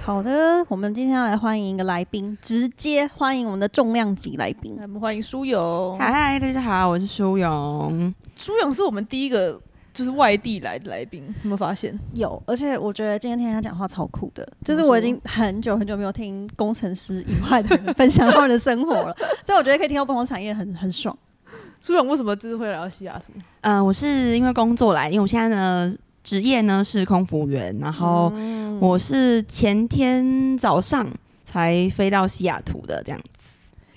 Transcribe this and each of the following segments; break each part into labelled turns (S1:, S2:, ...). S1: 好的，我们今天要来欢迎一个来宾，直接欢迎我们的重量级来宾
S2: 那。我们欢迎舒勇，
S3: 嗨，大家好，我是舒勇。
S2: 舒勇是我们第一个就是外地来的来宾，有没有发现？
S1: 有，而且我觉得今天听他讲话超酷的，
S2: 怎
S1: 就
S2: 么
S1: 是
S2: 说
S1: 我已经很久很久没有听工程师以外的人分享他们的生活 了，所以我觉得可以听到不同产业很很爽。
S2: 舒勇为什么这次会来到西雅图？
S3: 呃，我是因为工作来，因为我现在呢职业呢是空服员，然后我是前天早上才飞到西雅图的，这样。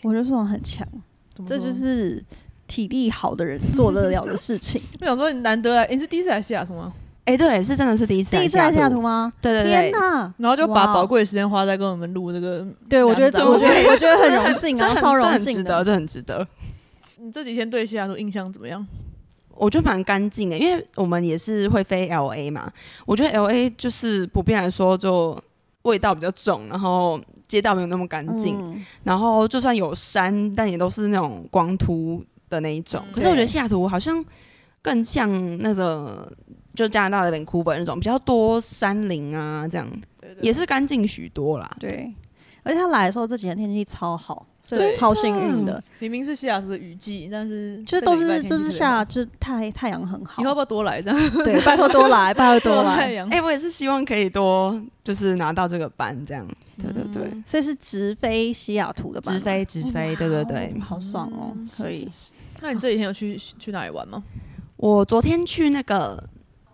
S1: 我觉得这种很强，
S2: 怎么
S1: 这
S2: 说
S1: 就是体力好的人做得了的事情。
S2: 我想说，你难得来，诶你是第一次来西雅图吗？
S3: 哎、对，是真的是第一次
S1: 第一次来西雅图吗？
S3: 对对对，
S1: 天哪！
S2: 然后就把
S1: 哇哦
S2: 宝贵的时间花在跟我们录这个。
S1: 对，我觉得这，
S2: 两
S1: 我
S2: 张
S1: 觉得我觉得很 荣幸
S3: 这
S1: 啊，
S3: 很
S1: 超
S3: 这
S1: 荣
S3: 很
S1: 幸
S3: 值
S1: 的
S3: 得，。这很值得。
S2: 你这几天对西雅图印象怎么样？
S3: 我觉得蛮干净的，因为我们也是会飞 L A 嘛。我觉得 L A 就是普遍来说就味道比较重，然后街道没有那么干净，
S1: 嗯
S3: 然后就算有山，但也都是那种光秃的那一种。
S2: 嗯
S3: 可是我觉
S1: 对
S3: 得西雅图好像更像那个就加拿大的 Vancouver 那种比较多山林啊，这样也是干净许多啦。
S1: 对，而且他来的时候这几天天气超好，所
S2: 真
S1: 以
S2: 的
S1: 超幸运的，
S2: 明明是西雅图的雨季，但是
S1: 就
S2: 这
S1: 是都
S2: 个礼拜天
S1: 是
S2: 气
S1: 就
S2: 特
S1: 是
S2: 别
S1: 下
S2: 好，
S1: 就是太太阳很好
S2: 以后，要不要多来这样？
S1: 对，拜托多来，拜托 多
S2: 太
S1: 来，
S2: 阳
S3: 哎、我也是希望可以多就是拿到这个班，这样。对对对，
S2: 嗯
S1: 嗯所以是直飞西雅图的吧？
S3: 直飞直飞，对对对
S1: 哇哦。好爽哦，可以。
S2: 那你这几天有去去哪里玩吗？
S3: 我昨天去那个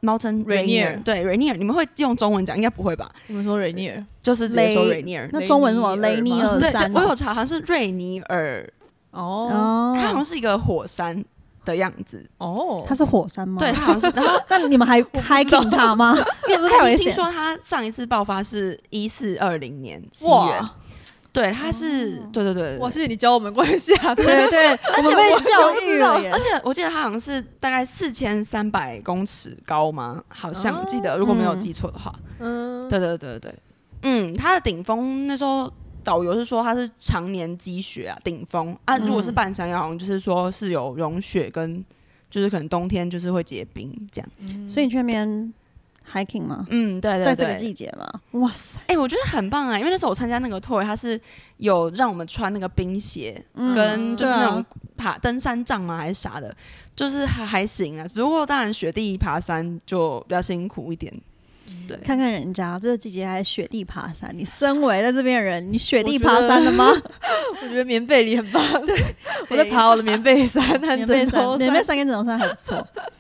S3: Mountain
S2: Rainier
S3: 对 Rainier，你们会用中文讲，应该不会吧？
S2: 我们
S1: 呃
S2: 说 Rainier，
S3: 就是直接说
S1: 雷
S3: Rainier。
S1: 那中文是什么？雷
S2: 雷
S1: 尼
S2: 尼
S1: 尔
S2: 尔
S3: 对，
S1: 山
S3: 对
S1: 哦
S3: 我有查，好像是瑞尼尔，
S2: 哦
S3: 它好
S1: 哦，
S3: 像是一个火山的样子。
S2: 哦，
S1: 它是火山吗？
S3: 对，，它 好像是。然后
S1: 那你们还 hiking 它吗？ 那不是太危
S3: 听
S1: 险？
S3: 说它上一次爆发是一四二零年七月。
S2: 哇
S3: 对，它是，
S1: 哦
S3: 对对对对
S2: 哇，谢谢你教我们关于西雅图。
S1: 对对，我们被教育了耶
S3: 而。且我记得它好像是大概四千三百公尺高吗？好像、
S2: 哦
S3: 记得，如果没有
S1: 嗯
S3: 记错的话，
S2: 嗯，
S3: 对对对对，嗯，它的顶峰那时候导游是说它是常年积雪啊，顶峰啊，如果是
S1: 嗯
S3: 半山腰，好像就是说是有融雪跟就是可能冬天就是会结冰这样。
S1: 所以你去那边 hiking 吗？
S3: 嗯，对对对，
S1: 在这个季节嘛，哇塞，
S3: 哎、我觉得很棒啊、因为那时候我参加那个 tour，它是有让我们穿那个冰鞋，
S2: 嗯
S3: 跟就是那
S1: 对
S3: 种
S1: 啊
S3: 爬登山杖吗还是啥的，就是还还行啊。不过当然雪地爬山就比较辛苦一点。对，
S1: 看看人家这个季节还雪地爬山，你身为在这边的人，你雪地
S2: 我觉得
S1: 爬山了 吗？
S2: 我觉得棉被里很棒。 对，我在爬我的棉被山和
S1: 棉被
S2: 枕
S1: 山，
S2: 头
S1: 棉被
S2: 山。
S1: 山跟枕头山还不错。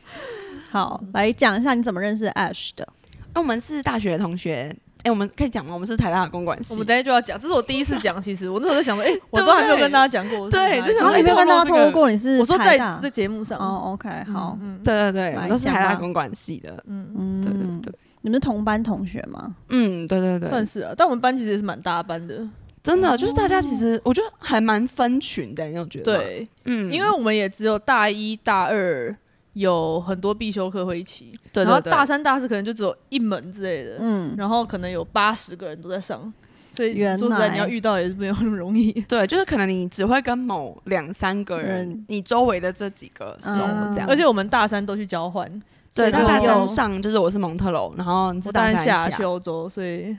S1: 好，来讲一下你怎么认识 Ash 的。
S3: 那我们是大学同学，哎、我们可以讲吗？我们是台大的公管系
S2: 我们。等一下就要讲，这是我第一次讲。其实我那时候在 想说，哎，我都还没有跟大家讲过。我是
S3: 对
S2: 哪里
S3: 就想
S1: 然
S3: 说
S1: 后
S3: 哎
S1: 你没有跟大家
S3: 透露这
S1: 透露
S3: 个
S1: 过你是
S2: 嗯我说
S1: 台
S2: 在
S1: 大
S2: 在节目上。
S1: 哦，OK，好，
S2: 嗯，
S3: 对对对，我
S1: 来
S3: 们都是
S1: 讲
S3: 台大
S1: 吧
S3: 公管系的。
S1: 嗯，
S3: 对对对，
S1: 你们是同班同学吗？
S3: 嗯，对对对，
S2: 算是啊。但我们班其实也是蛮大班的。
S3: 真的就是大家其实我觉得还蛮分群的，你有觉得吗？，
S2: 对，
S3: 嗯，
S2: 因为我们也只有大一、大二有很多必修课会一起，
S3: 对对
S2: 然后
S3: 对
S2: 大三、大四可能就只有一门之类的，
S1: 嗯，
S2: 然后可能有八十个人都在上，所以
S1: 原来
S2: 说实在你要遇到也是没有那么 容易。
S3: 对，就是可能你只会跟某两三个人
S1: 人，
S3: 你周围的这几个熟
S1: 嗯
S3: 这样，
S2: 而且我们大三都去交换，
S3: 对，
S2: 所以
S3: 他
S2: 就
S3: 大
S1: 有
S3: 三上就是我是蒙特楼，然后你
S2: 我
S3: 是
S2: 大
S3: 大
S2: 三下
S3: 三
S2: 去欧洲，所以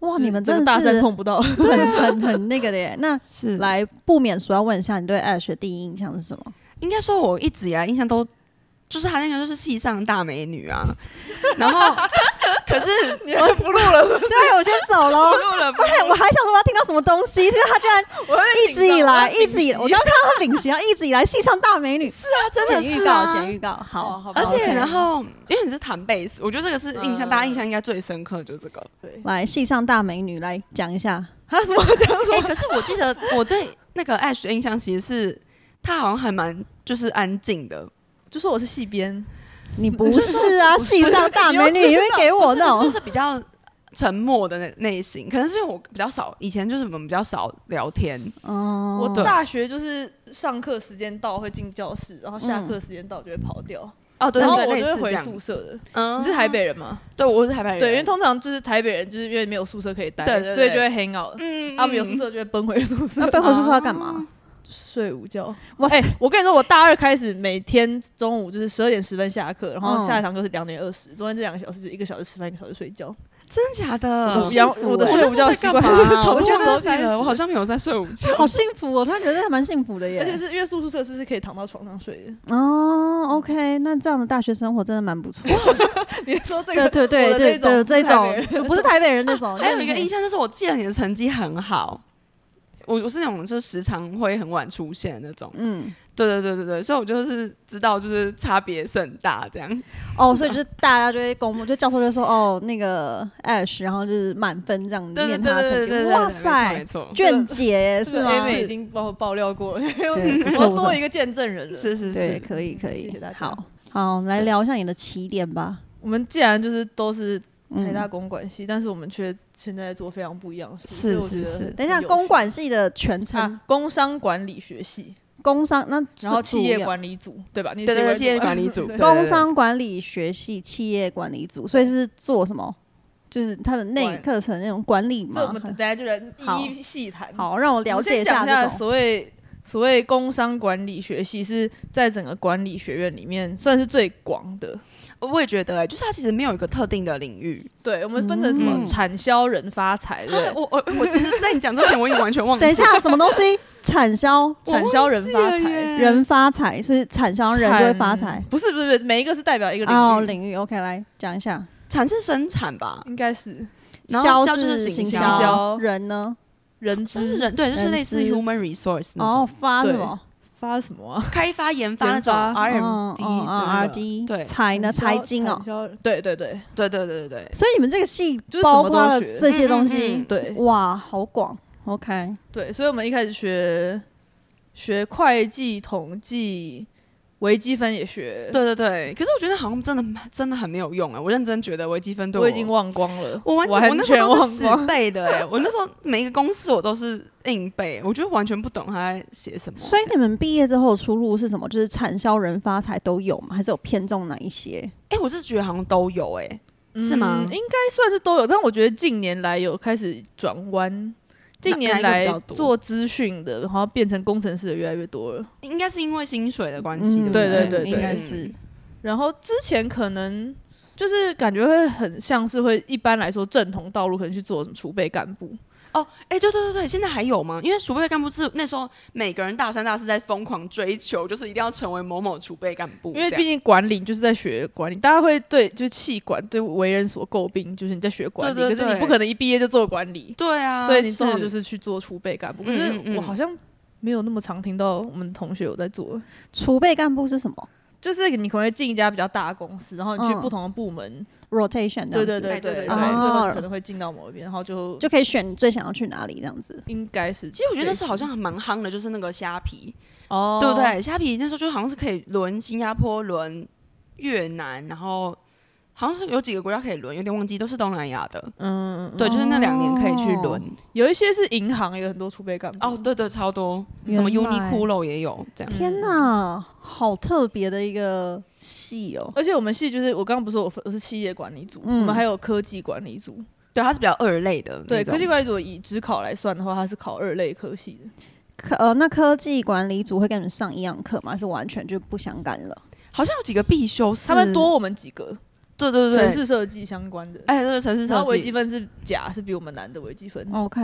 S1: 哇，哦你们
S2: 这个
S1: 真的
S2: 大
S1: 是
S2: 三碰不到。
S1: 很很很那个的耶。那
S3: 是来，
S1: 来不免说要问一下，你对 Ash 的第一印象是什么？
S3: 应该说我一直以来印象都就是韩那个就是戏上大美女 啊，然后可是
S2: 你们不录了是不是？
S1: 对，我先走喽
S3: 不。录 了，不
S1: 我
S3: 录
S1: 还
S3: 了
S1: 我还想说我要听到什么东西，就是他居然
S2: 我很紧
S1: 一直
S2: 张
S1: 以来，
S2: 很
S1: 一直以
S2: 紧
S1: 我刚刚看到他丙然后一直以来戏上大美女，
S3: 是啊，真的
S1: 剪
S3: 是
S1: 预告，
S3: 啊，
S1: 剪预告，好，
S2: 哦好吧
S3: 而且
S1: OK
S3: 然后因为你是弹贝斯，我觉得这个是印象、
S2: 嗯
S3: 大家印象应该最深刻的就是这 个。
S1: 来戏上大美女来讲一下，
S2: 他啊什么 讲什
S3: 哎、
S2: 么？
S3: 可是我记得我对那个 Ash 的印象其实是他好像还蛮就是安静的，
S4: 就说我是戏编，
S1: 你不是啊，戏上大美女，
S2: 你又
S1: 因为给 我
S3: 不是
S1: 那
S3: 就
S1: 种
S3: 是比较沉默的那类型，可能是因为我比较少，以前就是我们比较少聊天，
S1: 哦，
S3: 我对
S2: 大学就是上课时间到会进教室，然后下课时间到就会跑掉，
S3: 哦，嗯对
S2: 然后
S3: 对
S2: 我
S3: 对，类
S2: 就
S3: 似
S2: 会
S3: 这
S2: 回
S3: 样
S2: 宿舍的。
S3: 嗯
S1: 哦
S2: 你是台北人吗？
S3: 对，我是台北人，
S2: 对，因为通常就是台北人就是因为没有宿舍可以待，
S3: 对对对
S2: 所以就会 hang out。
S3: 嗯
S2: 啊，我们有宿，舍就会奔回宿舍
S1: 那 被回宿舍要干嘛？
S2: 睡午觉。
S1: 啊哇
S2: 哎、
S1: 塞，
S2: 我跟你说，我大二开始每天中午就是十二点十分下课，然后
S1: 嗯
S2: 下一堂课是两点二十，中间这两个小时就一个小时吃饭，一个小时睡觉。
S3: 真的假的？
S2: 我
S1: 幸
S2: 养
S1: 福
S2: 我的
S1: 哦
S2: 睡午觉习惯
S3: 我那时候在干嘛啊
S1: 啊
S2: 从
S3: 我觉
S2: 那时
S3: 得
S2: 候
S3: 起
S2: 开始
S3: 了，我好像没有在睡午觉。
S1: 好幸福哦，突然觉得还蛮幸福的耶，
S2: 而且是因为宿舍就是可以躺到床上睡的。
S1: 哦，OK，那这样的大学生活真的蛮不错。
S2: 你说这
S1: 对
S2: 个
S1: 对对
S2: 我
S1: 对
S2: 的
S1: 对，这
S2: 这种
S1: 种就不是台北人那种。
S3: 还有一个印
S1: 象，
S3: 象就是，我记得你的成绩很好，我我是那种就是时常会很晚出现的那种。
S1: 嗯，
S3: 对对对对对，所以我就是知道就是差别甚大这样。
S1: 哦，所以就是大家就会公布，就教授就说哦，那个 Ash，然后就是满分这样
S3: 对对
S1: 念
S3: 对
S1: 他的
S3: 对
S1: 成
S3: 对对，
S1: 绩，哇
S3: 对
S1: 塞
S3: 没，错没错，
S1: 卷姐
S2: 是
S1: 是
S2: 吗
S1: 吗？
S2: ？A 美已经帮我爆料过了，
S1: 对，
S2: 我
S1: 不错不
S2: 多
S1: 错
S2: 一，个见证人了。
S3: 是是
S1: 对，
S3: 是，
S1: 可以可以，
S2: 嗯谢谢大家
S1: 好，好，来聊一下你的起点吧。
S2: 我们既然就是都是
S1: 嗯
S2: 台大公管系，但是我们却现在在做非常不一样的事。所以
S1: 是
S2: 我觉
S1: 是
S2: 得
S1: 是，
S2: 很
S1: 等一下，
S2: 有趣
S1: 公管系的全称
S2: 啊，工商管理学系，
S1: 工商那
S2: 然后
S1: 是
S2: 企业
S1: 主要
S2: 管理组，对吧？你
S3: 对
S2: 是
S3: 对对，企业
S2: 组
S3: 管理组，对对对
S1: 工商管理学系企业管理组，所以是做什么？就是它的内
S2: 管
S1: 课程那种管理
S2: 这我
S1: 嘛
S2: 们。等下就来一一
S1: 好
S2: 细谈。
S1: 好，让我了解
S2: 一下
S1: 这种。
S2: 所谓所谓工商管理学系是在整个管理学院里面算是最广的。
S3: 我也觉得、欸，就是它其实没有一个特定的领域。
S2: 对，我们分成什么
S3: 嗯
S2: 产销人发
S1: 啊
S2: 财，对不
S3: 我我我其实，在你讲之前，我已经完全忘记。
S1: 等一，下，什么东西？产销
S2: 对？产销人发财，
S1: 人发财，所以产销人就会发财
S2: 产。不是不是不是，每一个是代表一个领域，
S1: 哦，领域 OK，来讲一下。
S3: 产是生产吧，
S2: 应该是
S3: 然后销就是
S1: 是行
S3: 销
S2: 行销
S1: 人呢？
S2: 人
S3: 这
S1: 嗯
S3: 是
S2: 资
S3: 人对，就是类似
S1: 人资
S3: human resource 那
S1: 哦，
S3: 种
S1: 发什
S2: 对
S1: 么？
S2: 发什么啊？
S3: 开发研发那种
S2: 研
S3: R
S1: 哦
S3: M D
S1: 哦哦 RD
S3: 对
S1: 财呢？
S2: 产
S1: 财
S2: 销
S1: 经哦
S2: 产。销人对对对
S3: 对对对对对，
S1: 所以你们这个系
S2: 就是什
S1: 包
S2: 么都
S1: 括了
S2: 学
S1: 这些
S3: 嗯
S1: 东
S3: 嗯
S1: 西
S3: 嗯，
S2: 对
S1: 哇，好广。OK，
S2: 对，所以我们一开始学学会计、统计、微积分也学，
S3: 对对对，可是我觉得好像真的蛮真的很没有用哎、我认真觉得微积分对
S2: 我已经忘光了，
S3: 我完全我
S2: 完
S3: 那时
S2: 全
S3: 候都是
S2: 忘
S3: 死
S2: 光。
S3: 背的哎、 我那时候每一个公式我都是硬背，我觉得完全不懂他在写什么。
S1: 所以你们毕业之后的出路是什么？就是产销人发财都有吗？还是有偏重哪一些？
S3: 哎、我是觉得好像都有哎、是吗
S2: 嗯应该算是都有，嗯但我觉得近年来有开始转弯，近年
S3: 哪一
S2: 来
S3: 个比较多
S2: 做资讯的，然后变成工程师的越来越多了。
S3: 应该是因为薪水的关系、
S1: 嗯
S3: 对不
S2: 对对对
S1: 应该
S3: 嗯
S1: 是。
S2: 然后之前可能就是感觉会很像是会一般来说正统道路，可能去做什么储备干部，
S3: 哦，哎、对对对对，现在还有吗？因为储备干部是那时候每个人大三大四在疯狂追求，就是一定要成为某某储备干部这
S2: 因
S3: 样，
S2: 为毕竟管理就是在学管理，大家会对就是气管对为人所诟病，就是你在学管理，
S3: 对对
S2: 可是
S3: 对
S2: 你不可能一毕业就做管理，
S3: 对啊，
S2: 所以你通常就是去做储备干部。可是
S3: 嗯嗯嗯
S2: 我好像没有那么常听到我们同学有在做，
S1: 储备干部是什么
S2: 就是你可能会进一家比较大的公司，然后你去
S1: 嗯
S2: 不同的部门，
S1: ？rotation 这样
S2: 对
S1: 子
S2: 对
S3: 哎对对
S2: 对对对，
S1: 对
S2: 最后
S1: 哦
S2: 你可能会进到某一边，然后就
S1: 就可以选你最想要去哪里这样子。
S2: 应该是。
S3: 其实我觉得那时候好像蛮夯的，就是那个虾皮，
S2: 哦，
S3: 对不？对？虾皮那时候就好像是可以轮新加坡、轮越南，然后好像是有几个国家可以轮，有点忘记，都是东南亚的。
S2: 嗯，嗯嗯
S3: 对，就是那两年可以去轮。
S2: 有一些是银行有很多储备干部
S3: 哦，，对对，超多，什么
S1: 原来
S3: Uniqlo 也有这样。
S1: 天哪，好特别的一个系哦。
S2: 而且我们系就是我刚刚不是说我分我是企业管理组，
S1: 嗯
S2: 我们还有科技管理组。
S3: 对，它是比较二类的那种。
S2: 对，科技管理组以职考来算的话，它是考二类科系的。
S1: 科呃，那科技管理组会跟你们上一样课吗？还是完全就不相干了？
S3: 好像有几个必修是
S2: 他们多，我们几个
S3: 对对对，
S2: 城市设计相关的，
S3: 哎，对城市
S2: 然
S3: 设
S2: 后微
S3: 计
S2: 积。分是甲，是比我们难的微积分。
S1: OK，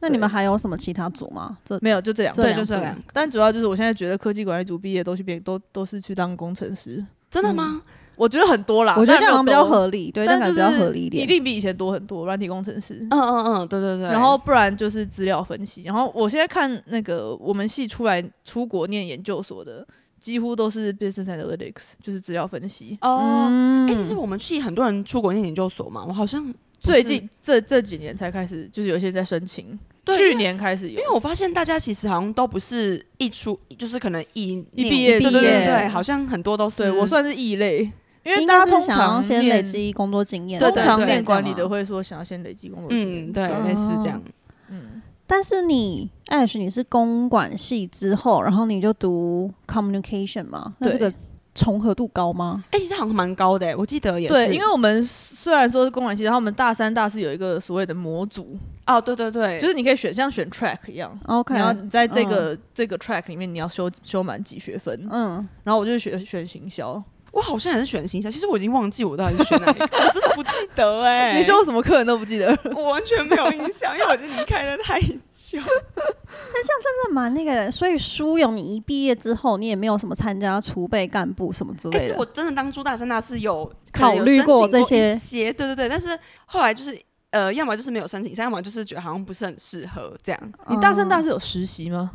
S1: 那你们还有什么其他组吗？这
S2: 哦没有，就这两
S1: 这
S2: 个。
S3: 对，
S1: 两
S3: 就这
S1: 组
S3: 两个。
S2: 但主要就是我现在觉得科技管理组毕业都去变都都是去当工程师，
S3: 真的吗？
S2: 我觉得很多啦，
S1: 我觉得
S2: 但
S1: 这样好像
S2: 没
S1: 比
S2: 有
S1: 较
S2: 多，
S1: 合理，对，这
S2: 但
S1: 样感
S2: 就
S1: 觉
S2: 是
S1: 比较合理一
S2: 一
S1: 点。
S2: 定比以前多很多。软体工程师，
S3: 嗯嗯嗯，对对对。
S2: 然后不然就是资料分析。然后我现在看那个我们系出来出国念研究所的，几乎都是 business analytics，就是资料分析。
S3: 哦，
S1: 嗯
S3: 哎，其实我们系很多人出国念研究所嘛，我好像不是
S2: 最近这这几年才开始，就是有些人在申请，
S3: 对
S2: 去年开始
S3: 因
S2: 有
S3: 为。我发现大家其实好像都不是一出，就是可能一
S2: 一
S3: 念
S2: 毕业
S3: 对对
S1: 毕业
S3: 对对，好像很多都是。
S2: 对我算是异类，因为
S1: 应
S2: 大家
S1: 该是
S2: 通
S1: 想要
S2: 常
S1: 先
S2: 念
S1: 累积工作经验，
S3: 对
S2: 通
S3: 对
S2: 常
S3: 对
S2: 念管理
S1: 这样啊
S2: 的
S1: 嘛。
S2: 会说想要先累积工作经验。
S3: 嗯，对，类似这样。
S2: 嗯，
S1: 但是你 Ash 你是公管系之后，然后你就读 communication 嘛，那这
S2: 对
S1: 个重合度高吗？
S3: 哎，其实好像蛮高的欸，我记得也是。
S2: 对，因为我们虽然说是公管系，然后我们大三、大四有一个所谓的模组，
S3: 哦，对对对，
S2: 就是你可以选像选 track 一样。
S1: OK，
S2: 你要你在这个、这个 track 里面，你要修修满几学分，
S1: 嗯，
S2: 然后我就选选行销。
S3: 我好像也是选形象，其实我已经忘记我到底是选哪一个，我真的不记得哎。
S2: 你修什么课你都不记得，
S3: 我完全没有印象，因为我已经离开了太久。
S1: 真的蛮那个的。所以书友，你一毕业之后，你也没有什么参加储备干部什么之
S3: 哎，
S1: 类
S3: 是
S1: 的。
S3: 我真的当初大三、大四有
S1: 考
S3: 可能有
S1: 虑
S3: 申
S1: 过
S3: 请
S1: 这些
S3: 一些，对对对，但是后来就是呃，要么就是没有申请上，要么就是觉得好像不是很适合这样。
S2: 你大三大
S1: 嗯
S2: 四有实习吗？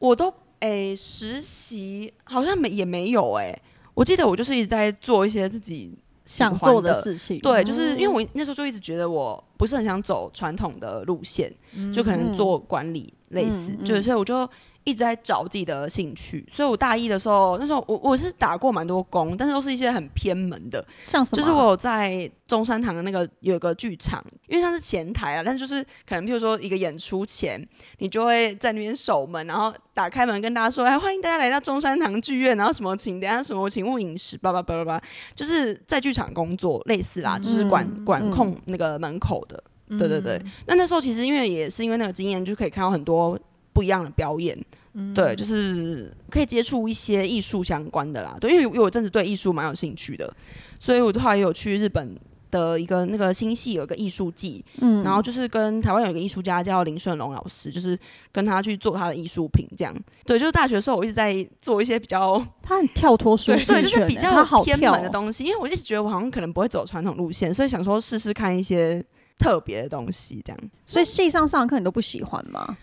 S3: 我都诶、实习好像没也没有诶、我记得我就是一直在做一些自己喜欢
S1: 想做
S3: 的
S1: 的。事情，
S3: 对，就是因为我那时候就一直觉得我不是很想走传统的路线，就可能做管理类似，
S1: 嗯嗯嗯
S3: 就是所以我就一直在找自己的兴趣。所以我大一的时候，那时候我我是打过蛮多工，但是都是一些很偏门的，
S1: 像什么
S3: 就
S1: 啊，
S3: 是我有在中山堂的那个有个剧场，因为它是前台啊，但是就是可能譬如说一个演出前，你就会在那边守门，然后打开门跟大家说，哎，欢迎大家来到中山堂剧院，然后什么请等下什么请勿饮食，叭叭叭叭叭，就是在剧场工作类似啦，就是管、
S2: 嗯
S3: 管控那个门口的。
S2: 嗯
S3: 对对对，那那时候其实因为也是因为那个经验，就可以看到很多不一样的表演。
S2: 嗯
S3: 对，就是可以接触一些艺术相关的啦。对，因为我有阵子对艺术蛮有兴趣的，所以我的话也有去日本的一个那个新系有一个艺术季，
S1: 嗯
S3: 然后就是跟台湾有一个艺术家叫林顺龙老师，就是跟他去做他的艺术品这样。对，就是大学的时候我一直在做一些比较
S1: 他很跳脱舒适圈
S3: 对，
S1: 欸，
S3: 就是比
S1: 他
S3: 较
S1: 好
S3: 偏
S1: 跳
S3: 门的
S1: 哦
S3: 东西，因为我一直觉得我好像可能不会走传统路线，所以想说试试看一些特别的东西这样。
S1: 所以系上上课你都不喜欢吗？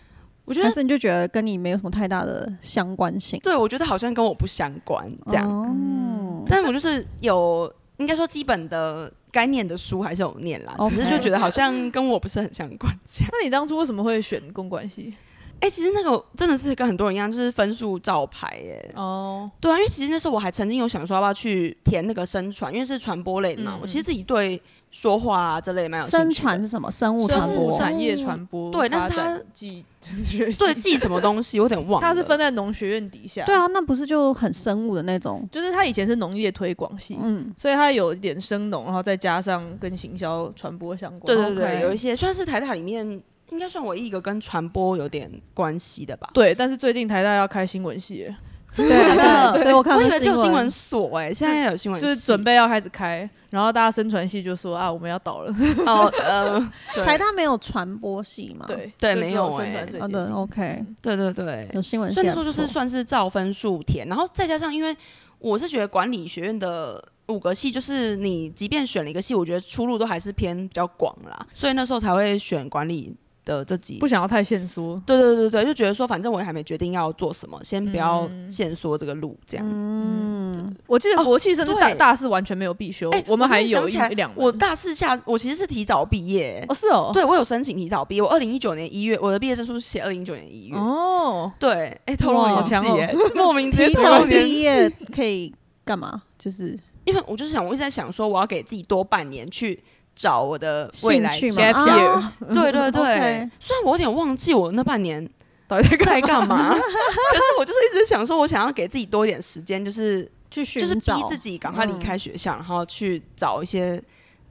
S3: 我觉
S1: 但
S3: 得
S1: 是你就觉得跟你没有什么太大的相关性，
S3: 对，我觉得好像跟我不相关这样，嗯
S1: 哦，
S3: 但我就是有应该说基本的该念的书还是有念啦
S1: OK
S3: 只是就觉得好像跟我不是很相关这样。
S2: 那你当初为什么会选公管系？
S3: 哎、其实那个真的是跟很多人一样，就是分数照牌耶、
S2: 哦，
S3: 对啊，因为其实那时候我还曾经有想说要不要去填那个声传，因为是传播类的嘛。
S2: 嗯嗯
S3: 我其实自己对说话啊这类蛮有兴趣
S1: 生
S3: 的。
S1: 传是什么？生物
S2: 物
S1: 传
S3: 生
S1: 播
S3: 物
S2: 产业传
S3: 哦
S2: 播
S3: 对但是
S2: 发展
S3: 它
S2: 技学系
S3: 对，记什么东西我有点忘了。
S2: 它是分在农学院底下。
S1: 对，啊，那不是就很生物的那种？
S2: 就是它以前是农业推广系，
S1: 嗯，
S2: 所以它有一点生农，然后再加上跟行销传播相关。
S3: 对对对
S2: OK
S3: 有一些算是台大里面应该算唯一一个跟传播有点关系的吧。
S2: 对，但是最近台大要开新闻系了，
S1: 对对对，对我看
S3: 我
S1: 到
S3: 以为只
S1: 新
S3: 有新
S1: 闻
S3: 闻，所哎、现在也有新闻系，
S2: 就是 准备要开始开，然后大家生传系就说啊，我们要倒了。
S3: 哦呃，对
S1: 台大没有传播系嘛？，
S2: 对
S3: 啊对
S2: 就只
S3: 没有
S2: 生
S3: 欸
S2: 传最
S1: 好
S2: 接
S1: 的
S2: 近。
S1: ，OK，
S3: 对对对，
S1: 有新闻系
S3: 所以那时候
S1: 还
S3: 就
S1: 不
S3: 是
S1: 错
S3: 算是照分数填，然后再加上因为我是觉得管理学院的五个系，就是你即便选了一个系，我觉得出路都还是偏比较广啦，所以那时候才会选管理的这几
S2: 不。想要太限缩，
S3: 对对对对，就觉得说反正我也还没决定要做什么，先不要限缩这个路这样。
S2: 我记得国企甚至大、
S3: 哦对
S2: 大四完全没有必修，
S3: 哎
S2: 我们还
S3: 突然想
S2: 有一
S3: 起来
S2: 一两门
S3: 我大四下，我其实是提早毕业、
S2: 哦是哦，
S3: 对我有申请提早毕业，我二零一九年一月，我的毕业证书是写二零一九年一月。
S2: 哦，
S3: 对，哎、透露
S2: 哇
S3: 年
S2: 好
S3: 纪、
S2: 强哦
S3: 哎莫 名直接
S1: 提
S3: 透
S1: 早
S3: 露年纪
S1: 毕业可以干嘛？就是
S3: 因为我就是想，我一直在想说，我要给自己多半年去找我的未来
S1: 兴趣嘛
S3: 职业
S2: Gap
S1: 啊
S2: year
S3: 对对 对
S1: OK，
S3: 虽然我有点忘记我那半年
S2: 到底在干
S3: 在干嘛， 可是我就是一直想说，我想要给自己多一点时间，就是
S1: 去
S3: 就
S1: 寻
S3: 是逼
S1: 找
S2: 嗯
S3: 自己赶快离开学校，然后去找一些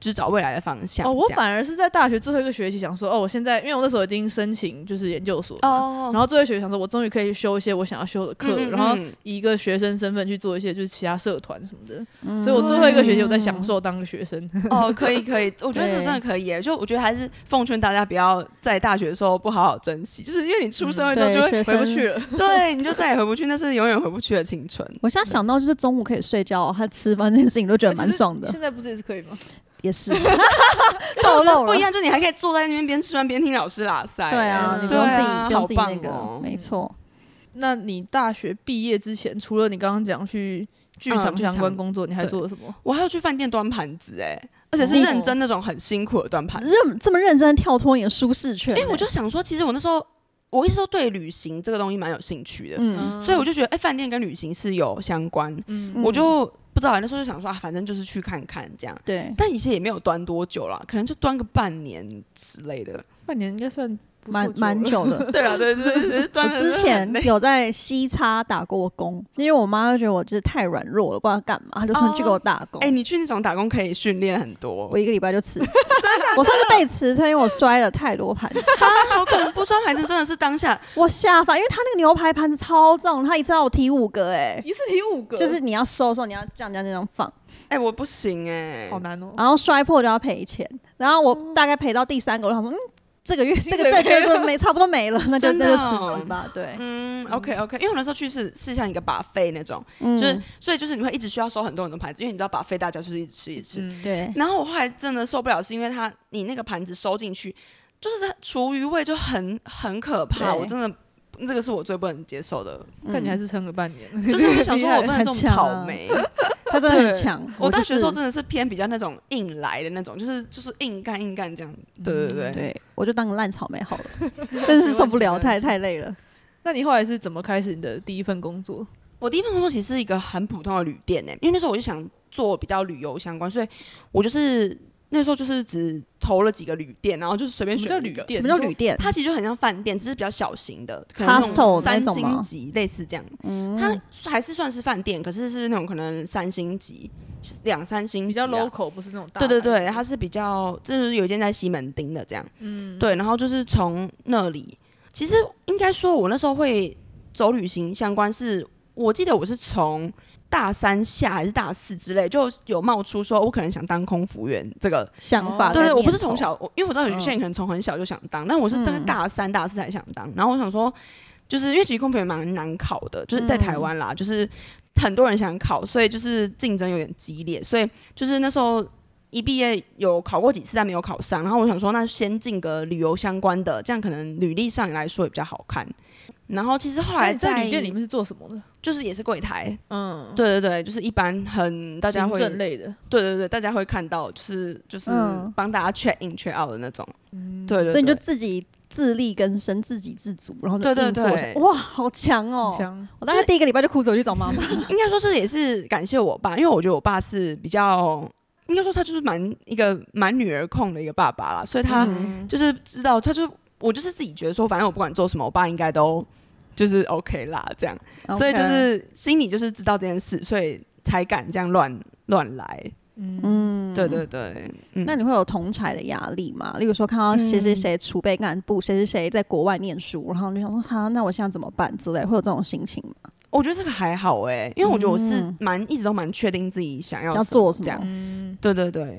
S3: 就是找未来的方向。
S2: 哦，我
S3: 这样啊
S2: 反而是在大学最后一个学期想说，哦，我现在因为我那时候已经申请就是研究所了嘛，
S3: 哦，
S2: 然后最后一学期想说，我终于可以修一些我想要修的课，
S3: 嗯嗯
S2: 然后
S3: 嗯
S2: 以一个学生身份去做一些就是其他社团什么的，
S3: 嗯
S2: 所以我最后一个学期我在享受当个学生。
S3: 哦，可以可以，我觉得这
S4: 对
S3: 真的可以耶。就我觉得还是奉劝大家不要在大学的时候不好好珍惜，就是因为你出社会之后
S1: 嗯对
S3: 就会、
S1: 学
S2: 回不
S1: 生
S2: 去了，
S3: 对，你就再也回不去，那是永远回不去的青春。
S1: 我现在想到就是中午可以睡觉，还吃饭这件事情 都
S3: 哎
S1: 觉得蛮爽的，
S2: 现在不是也是可以吗？
S1: 也是 暴 露
S3: 不
S1: 了
S3: 一。样，就你还可以坐在那边边吃饭边听老师拉塞。
S1: 对啊，
S2: 嗯
S1: 你不用自己
S3: 对啊
S1: 不用自己
S3: 好
S1: 那
S3: 棒哦
S1: 个，嗯没错。
S2: 那你大学毕业之前，除了你刚刚讲去剧场
S3: 嗯剧
S2: 相关
S3: 场
S2: 工作，你还
S3: 对
S2: 做了什么？
S3: 我还要去饭店端盘子哎，而且是
S1: 你
S3: 认真那种很辛苦的端盘子。
S1: 认这么认真地跳脱你的舒适圈，
S3: 哎
S1: 欸
S3: 因为我就想说，其实我那时候我一直都对旅行这个东西蛮有兴趣的，
S1: 嗯，
S3: 所以我就觉得哎，饭、店跟旅行是有相关，
S2: 嗯
S3: 我就不知道那时候就想说啊，反正就是去看看这样。
S1: 对，
S3: 但以前也没有端多久啦，可能就端个半年之类的。
S2: 半年应该算不错
S1: 蛮
S2: 久
S1: 蛮
S2: 了
S1: 久 的。
S3: 对啊，对对对，
S1: 我
S3: 端
S1: 之前有在西叉打过工，因为我妈觉得我就是太软弱了，不知道干嘛，她就说
S3: 哦
S1: 你去给我打工。
S3: 哎、你去那种打工可以训练很多
S1: 我，一个礼拜就 辞职，我算是被辞退，因为我摔了太多盘子。
S3: 好恐怖！双盘子真的是当下
S1: 我下饭，因为他那个牛排盘子超重，他一次让我提五个、哎，
S2: 一次提五个，
S1: 就是你要收的时候你要这样这样这样放，
S3: 哎、我不行哎、
S2: 好难哦。
S1: 然后摔破就要赔钱，然后我
S3: 哦
S1: 大概赔到第三个，我想说，嗯，这个月这个
S2: 水
S1: 这
S2: 没
S1: 个月没差不多 没了，那就
S3: 真
S1: 那
S3: 的
S1: 就
S3: 哦
S1: 辞职吧，对，
S3: 嗯，OK OK，因为我那时候去是是像一个把费那种，
S1: 嗯
S3: 就是所以就是你会一直需要收很多很多盘子，因为你知道把费大家就是一直吃一直吃。
S2: 嗯，
S1: 对，
S3: 然后我后来真的受不了，是因为它你那个盘子收进去，就是厨余味就很很可怕，
S1: 对
S3: 我真的这个是我最不能接受的，
S2: 但你
S1: 嗯
S2: 还是撑了半年，
S3: 就是我想说我不能这种
S1: 很强啊
S3: 草莓。
S1: 他真的很
S3: 对
S1: 强。
S3: 我大学的时候
S1: 就是
S3: 真的是偏比较那种硬来的那种，就是就是硬干硬干这样。嗯对对
S2: 嗯
S3: 对，
S1: 对，我就当个烂草莓好了， 真是受不了，
S2: 没问题没 问
S1: 太太累了。
S2: 那你后来是怎么开始你的第一份工作？
S3: 我第一份工作其实是一个很普通的旅店欸呢、因为那时候我就想做比较旅游相关，所以我就是那时候就是只投了几个旅店，然后就是随便
S2: 什么
S3: 选
S2: 叫
S3: 一
S2: 旅
S3: 个。
S2: 店？
S1: 什么叫
S2: 你说
S1: 旅店？
S3: 它其实就很像饭店，只是比较小型的，可能那
S1: Hostel
S3: 种
S1: 那
S3: 三
S1: 种吗嗯
S3: 星级类似这样。它还是算是饭店，可是是那种可能三星级、两三星级、啊
S2: 比较 local，不是那种大
S3: 对
S2: 牌
S3: 对
S2: 子。
S3: 对，它是比较，就是有一间在西门町的这样，嗯，对，然后就是从那里，其实应该说，我那时候会走旅行相关是，我记得我是从大三下还是大四之类，就有冒出说我可能想当空服员这个，
S1: 想法
S3: 哦对
S1: 跟
S3: 对，我
S1: 念
S3: 不是从
S1: 头
S3: 小，我因为我知道
S2: 嗯
S3: 有些人可能从很小就想当，但我是大概
S1: 嗯
S3: 大三大四才想当，然后我想说，就是因为其实空服员蛮难考的，就是在
S2: 嗯
S3: 台湾啦，就是很多人想考，所以就是竞争有点激烈，所以就是那时候一毕业有考过几次，但没有考上。然后我想说，那先进个旅游相关的，这样可能履历上来说也比较好看。然后其实后
S2: 那
S3: 来
S2: 你在旅店里面是做什么的？
S3: 就是也是柜台，
S2: 嗯，
S3: 对对对，就是一般很大家
S2: 行
S3: 会
S2: 政类的。
S3: 对对对，大家会看到就是就是
S1: 嗯
S3: 帮大家 check in check out 的那种，对对对，
S1: 所以你就自己自力更生，自给自足，然后就
S3: 对对
S1: 硬做
S3: 对
S1: 哇，好强哦！
S2: 像
S1: 我大概第一个礼拜就哭着去找妈 妈，
S3: 应该说是也是感谢我爸，因为我觉得我爸是比较，应该说他就是蛮一个蛮女儿控的一个爸爸啦，所以他
S1: 嗯
S3: 就是知道，他就我就是自己觉得说，反正我不管做什么，我爸应该都就是 OK 啦，这样，所以就
S1: OK
S3: 是心里就是知道这件事，所以才敢这样乱乱来，
S1: 嗯
S3: 对。对对，嗯
S1: 那你会有同才的压力吗？例如说看到谁谁
S3: 嗯
S1: 谁储备干部，谁谁谁在国外念书，然后你就想说，哈，那我现在怎么办之类，会有这种心情吗？
S3: 我觉得这个还好哎、因为我觉得我是
S1: 嗯
S3: 蛮、一直都蛮确定自己想要
S1: 要做什么
S3: 这样，对对对，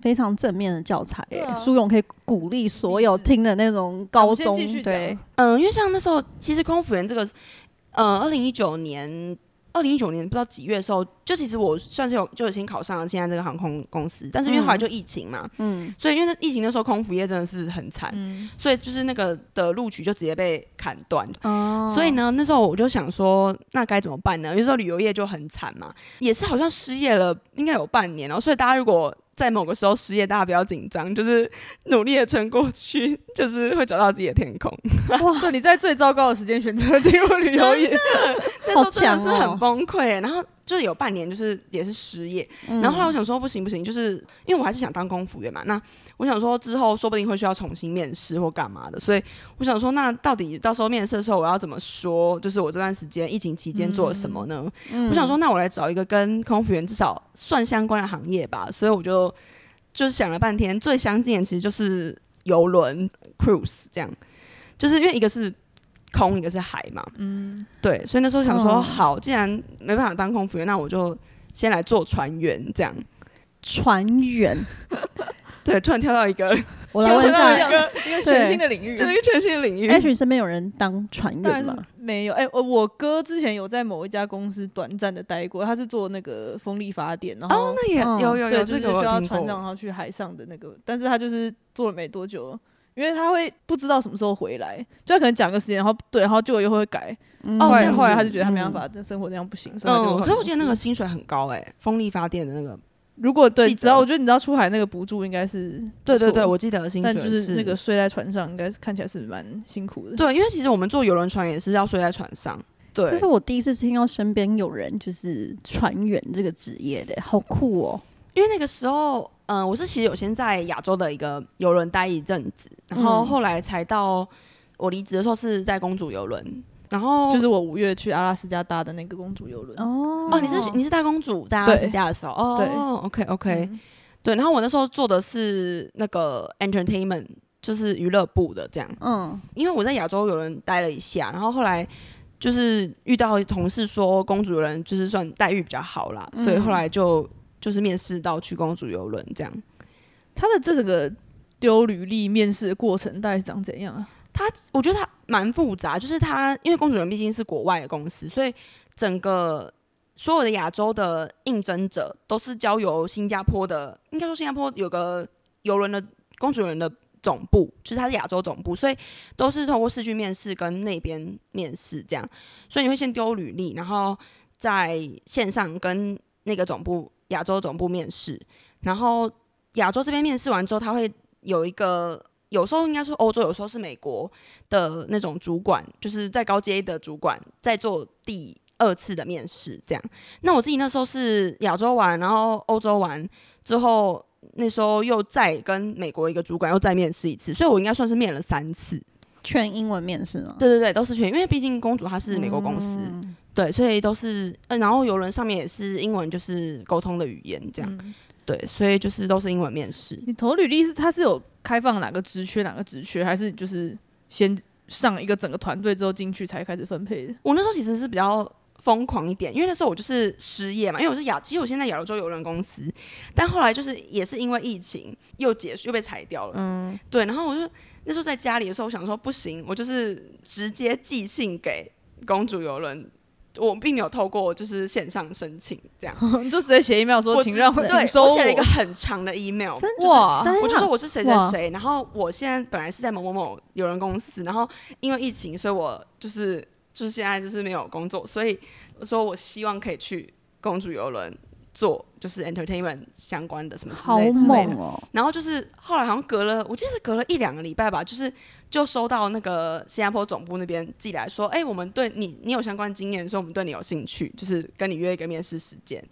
S1: 非常正面的教材耶
S2: 对，啊
S1: 苏勇可以鼓励所有
S2: 励志
S1: 听的那种高
S2: 好
S1: 中
S2: 我们先继续讲
S1: 对，
S3: 嗯、因为像那时候，其实空服员这个，呃，二零一九年，二零一九年不知道几月的时候，就其实我算是有就已经考上了现在这个航空公司，但是因为后来就疫情嘛，
S1: 嗯，
S3: 所以因为疫情那时候空服业真的是很惨，所以就是那个的录取就直接被砍断。
S1: 哦
S3: 所以呢，那时候我就想说，那该怎么办呢？有时候旅游业就很惨嘛，也是好像失业了，应该有半年哦。所以大家如果在某个时候失业，大家不要紧张，就是努力的撑过去，就是会找到自己的天空。
S2: 对，你在最糟糕的时间选择进入旅游业，
S3: 那时
S1: 好
S3: 候真的
S1: 强
S3: 是
S1: 哦
S3: 很崩溃，然后就有半年就是也是失业，
S1: 嗯
S3: 然后后来我想说不行不行，就是因为我还是想当空服员嘛，那我想说之后说不定会需要重新面试或干嘛的，所以我想说那到底到时候面试的时候我要怎么说？就是我这段时间疫情期间做了什么呢？
S1: 嗯
S3: 我想说那我来找一个跟空服员至少算相关的行业吧，所以我就。就是想了半天，最相近的其实就是游轮 cruise 这样，就是因为一个是空，一个是海嘛，
S2: 嗯，
S3: 对，所以那时候想说，
S1: 嗯
S3: 好，既然没办法当空服员，那我就先来做船员这样。
S1: 船员，
S3: 对，突然跳到一 个
S1: 我来问一
S3: 跳到
S1: 下
S3: 一个
S2: 一个全新的领域，
S3: 就是一个全新的领域。
S1: ，Ash 身边有人当船
S2: 当然
S1: 员
S2: 是
S1: 吗？
S2: 没有。哎、我我哥之前有在某一家公司短暂的待过，他是做那个风力发电，然后、
S3: 哦，那也
S1: 嗯
S3: 有有有，
S2: 对，就
S3: 这
S2: 是
S3: 个我
S2: 需要
S3: 有听
S2: 船长，然
S3: 过。
S2: 后去海上的那个，但是他就是做了没多久，因为他会不知道什么时候回来，就他可能讲个时间，然后对，然后结果又会改，
S1: 嗯
S3: 哦
S2: 后
S3: 这
S2: 来
S3: 样子
S2: 后来他就觉得他没办法，这生活这样不行，所以他就
S3: 嗯，
S2: 换
S3: 可是我记得那
S2: 公
S3: 个
S2: 司
S3: 薪水很高哎、风力发电的那个，
S2: 如果对，
S3: 记
S2: 只要
S3: 得
S2: 我觉得你知道出海那个补助应该是
S3: 对对
S2: 不错
S3: 对，我记得薪水
S2: 但就是是那个睡在船上，应该是看起来是蛮辛苦的。
S3: 对，因为其实我们坐游轮船也是要睡在船上，对，
S1: 这是我第一次听到身边有人就是船员这个职业的，好酷哦！
S3: 因为那个时候，嗯、我是其实有先在亚洲的一个游轮待一阵子，然后
S1: 嗯
S3: 后来才到我离职的时候是在公主游轮，然后
S2: 就是我五月去阿拉斯加搭的那个公主游轮。
S1: 哦
S3: 哦，你是你是大公主在阿拉斯加的时候，
S2: 嗯对
S3: 哦，OK OK，、
S2: 嗯
S3: 对，然后我那时候做的是那个 entertainment，就是娱乐部的这样，
S1: 嗯，
S3: 因为我在亚洲有人待了一下，然后后来就是遇到同事说公主游轮就是算待遇比较好啦，所以后
S2: 嗯
S3: 来就就是面试到去公主游轮这样。
S2: 他的这整个丢履历面试的过程大概是长怎样啊？
S3: 我觉得它蛮复杂，就是它因为公主人毕竟是国外的公司，所以整个所有的亚洲的应征者都是交由新加坡的，应该说新加坡有个游轮的公主人的总部，就是它是亚洲总部，所以都是透过市区面试跟那边面试这样，所以你会先丢履历，然后在线上跟那个总部亚洲总部面试，然后亚洲这边面试完之后，他会有一个。有时候应该说欧洲，有时候是美国，的那种主管，就是再高阶的主管，在做第二次的面试这样。那我自己那时候是亚洲完，然后欧洲完之后，那时候又再跟美国一个主管又再面试一次，所以我应该算是面了三次。
S1: 全英文面试吗？
S3: 对对对，都是全，因为毕竟公主她是美国公司，对，所以都是，呃、然后游轮上面也是英文，就是沟通的语言这样，
S2: 嗯
S3: 对，所以就是都是英文面试。
S2: 你投履历是他是有开放哪个职缺哪个职缺，还是就是先上一个整个团队之后进去才开始分配的？
S3: 我那时候其实是比较疯狂一点，因为那时候我就是失业嘛，因为我是亚，其实我现在亚洲邮轮公司，但后来就是也是因为疫情又结束又被裁掉了，
S2: 嗯，
S3: 对，然后我就那时候在家里的时候，我想说不行，我就是直接寄信给公主邮轮。我并没有透过就是线上申请这样，
S2: 你就直接写 email 说，
S3: 我
S2: 请让
S3: 对
S2: 哦请收
S3: 我写了一个很长的 email，
S1: 真
S2: 的哇
S1: 就是
S3: 我就说我是谁谁
S1: 哎哇
S3: 谁，然后我现在本来是在某某某有人公司，然后因为疫情，所以我就是就是现在就是没有工作，所以我说我希望可以去公主游轮做就是 entertainment 相关的什么之
S1: 好
S3: 类之类的
S1: 猛。哦！
S3: 然后就是后来好像隔了，我记得是隔了一两个礼拜吧，就是就收到那个新加坡总部那边寄来说，哎、我们对你你有相关经验，所以我们对你有兴趣，就是跟你约一个面试时间，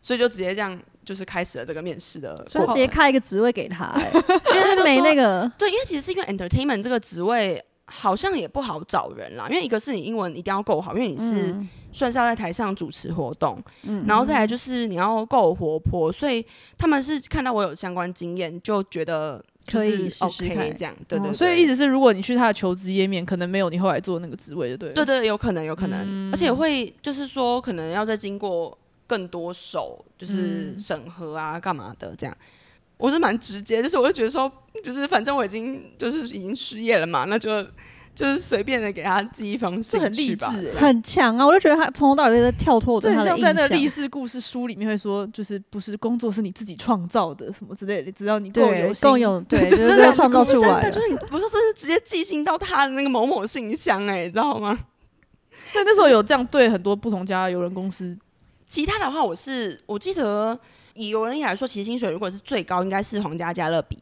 S3: 所以就直接这样就是开始了这个面试的
S1: 所以
S3: 过
S1: 他
S3: 程
S1: 直。接开一个职位 给他、欸，就是没那个
S3: 对，因为其实是因为 entertainment 这个职位好像也不好找人啦，因为一个是你英文一定要够好，因为你是
S1: 嗯
S3: 算是要在台上主持活动，然后再来就是你要够活泼，所以他们是看到我有相关经验就觉得就
S1: 可
S3: 是
S1: 以试试
S3: OK
S1: 看
S3: 这样，对对
S2: 哦
S3: 对，
S2: 所以意思是，如果你去他的求职页面，可能没有你后来做那个职位，就对了。
S3: 对对，有可能有可能，而且
S2: 嗯
S3: 会就是说可能要再经过更多手，就是
S2: 嗯
S3: 审核啊干嘛的这样。我是蛮直接，就是我就觉得说，就是反正我已经就是已经失业了嘛，那就就是随便的给他寄一封信
S2: 这很
S3: 去
S2: 励
S3: 吧。
S2: 志欸
S1: 很强啊！我就觉得他从头到尾都在跳脱我
S2: 这
S1: 对
S2: 很
S1: 他的
S2: 像在那个历
S1: 印象。
S2: 史故事书里面会说，就是不是工作是你自己创造的什么之类的，只要你够有
S1: 对，
S2: 心
S1: 更有对，
S2: 就
S1: 就是是
S2: 这
S1: 这
S2: 样
S1: 个创造出来
S3: 真的就
S1: 了。
S3: 是你，我说真是直接寄信到他的那个某某信箱、哎，你知道吗？
S2: 那那时候有这样对很多不同家邮轮公司，
S3: 其他的话，我是我记得以游人业来说，其实薪水如果是最高，应该是皇家加勒比。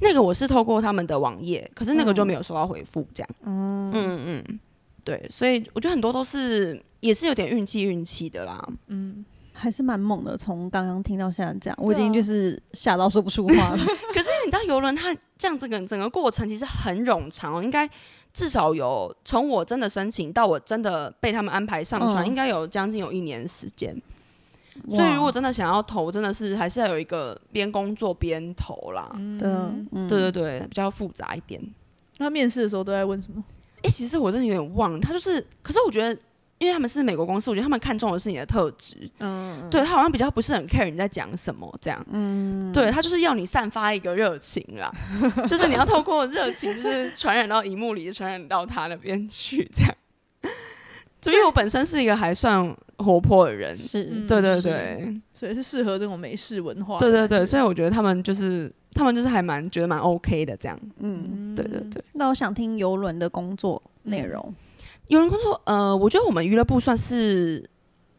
S3: 那个我是透过他们的网页，可是那个就没有收到回复，这样。嗯嗯嗯，对，所以我觉得很多都是也是有点运气运气的啦。
S2: 嗯，
S1: 还是蛮猛的，从刚刚听到现在这样，我已
S2: 对啊
S1: 经就是吓到说不出话了。
S3: 可是你知道游轮它这样整个整个过程其实很冗长、哦，应该至少有从我真的申请到我真的被他们安排上船，
S1: 嗯
S3: 应该有将近有一年时间。所以如果真的想要投，真的是还是要有一个边工作边投啦。
S1: 的， 嗯
S3: 对对对，比较复杂一点。
S2: 那面试的时候都在问什么？
S3: 哎、其实我真的有点忘了，他就是，可是我觉得。因为他们是美国公司，我觉得他们看重的是你的特质，
S2: 嗯，
S3: 对他好像比较不是很 care 你在讲什么这样，嗯，对他就是要你散发一个热情啦，就是你要透过热情，就是传染到荧幕里，传染到他那边去这样。就因为我本身是一个还算活泼的人，
S1: 是
S2: 嗯
S3: 对对
S2: 是
S3: 对，
S2: 所以是适合这种美式文化的
S3: 对
S2: 感觉。
S3: 对对，所以我觉得他们就是他们就是还蛮觉得蛮 OK 的这样，
S1: 嗯。
S3: 对对对。
S1: 那我想听游轮的工作内容，
S3: 有人工作，呃，我觉得我们娱乐部算是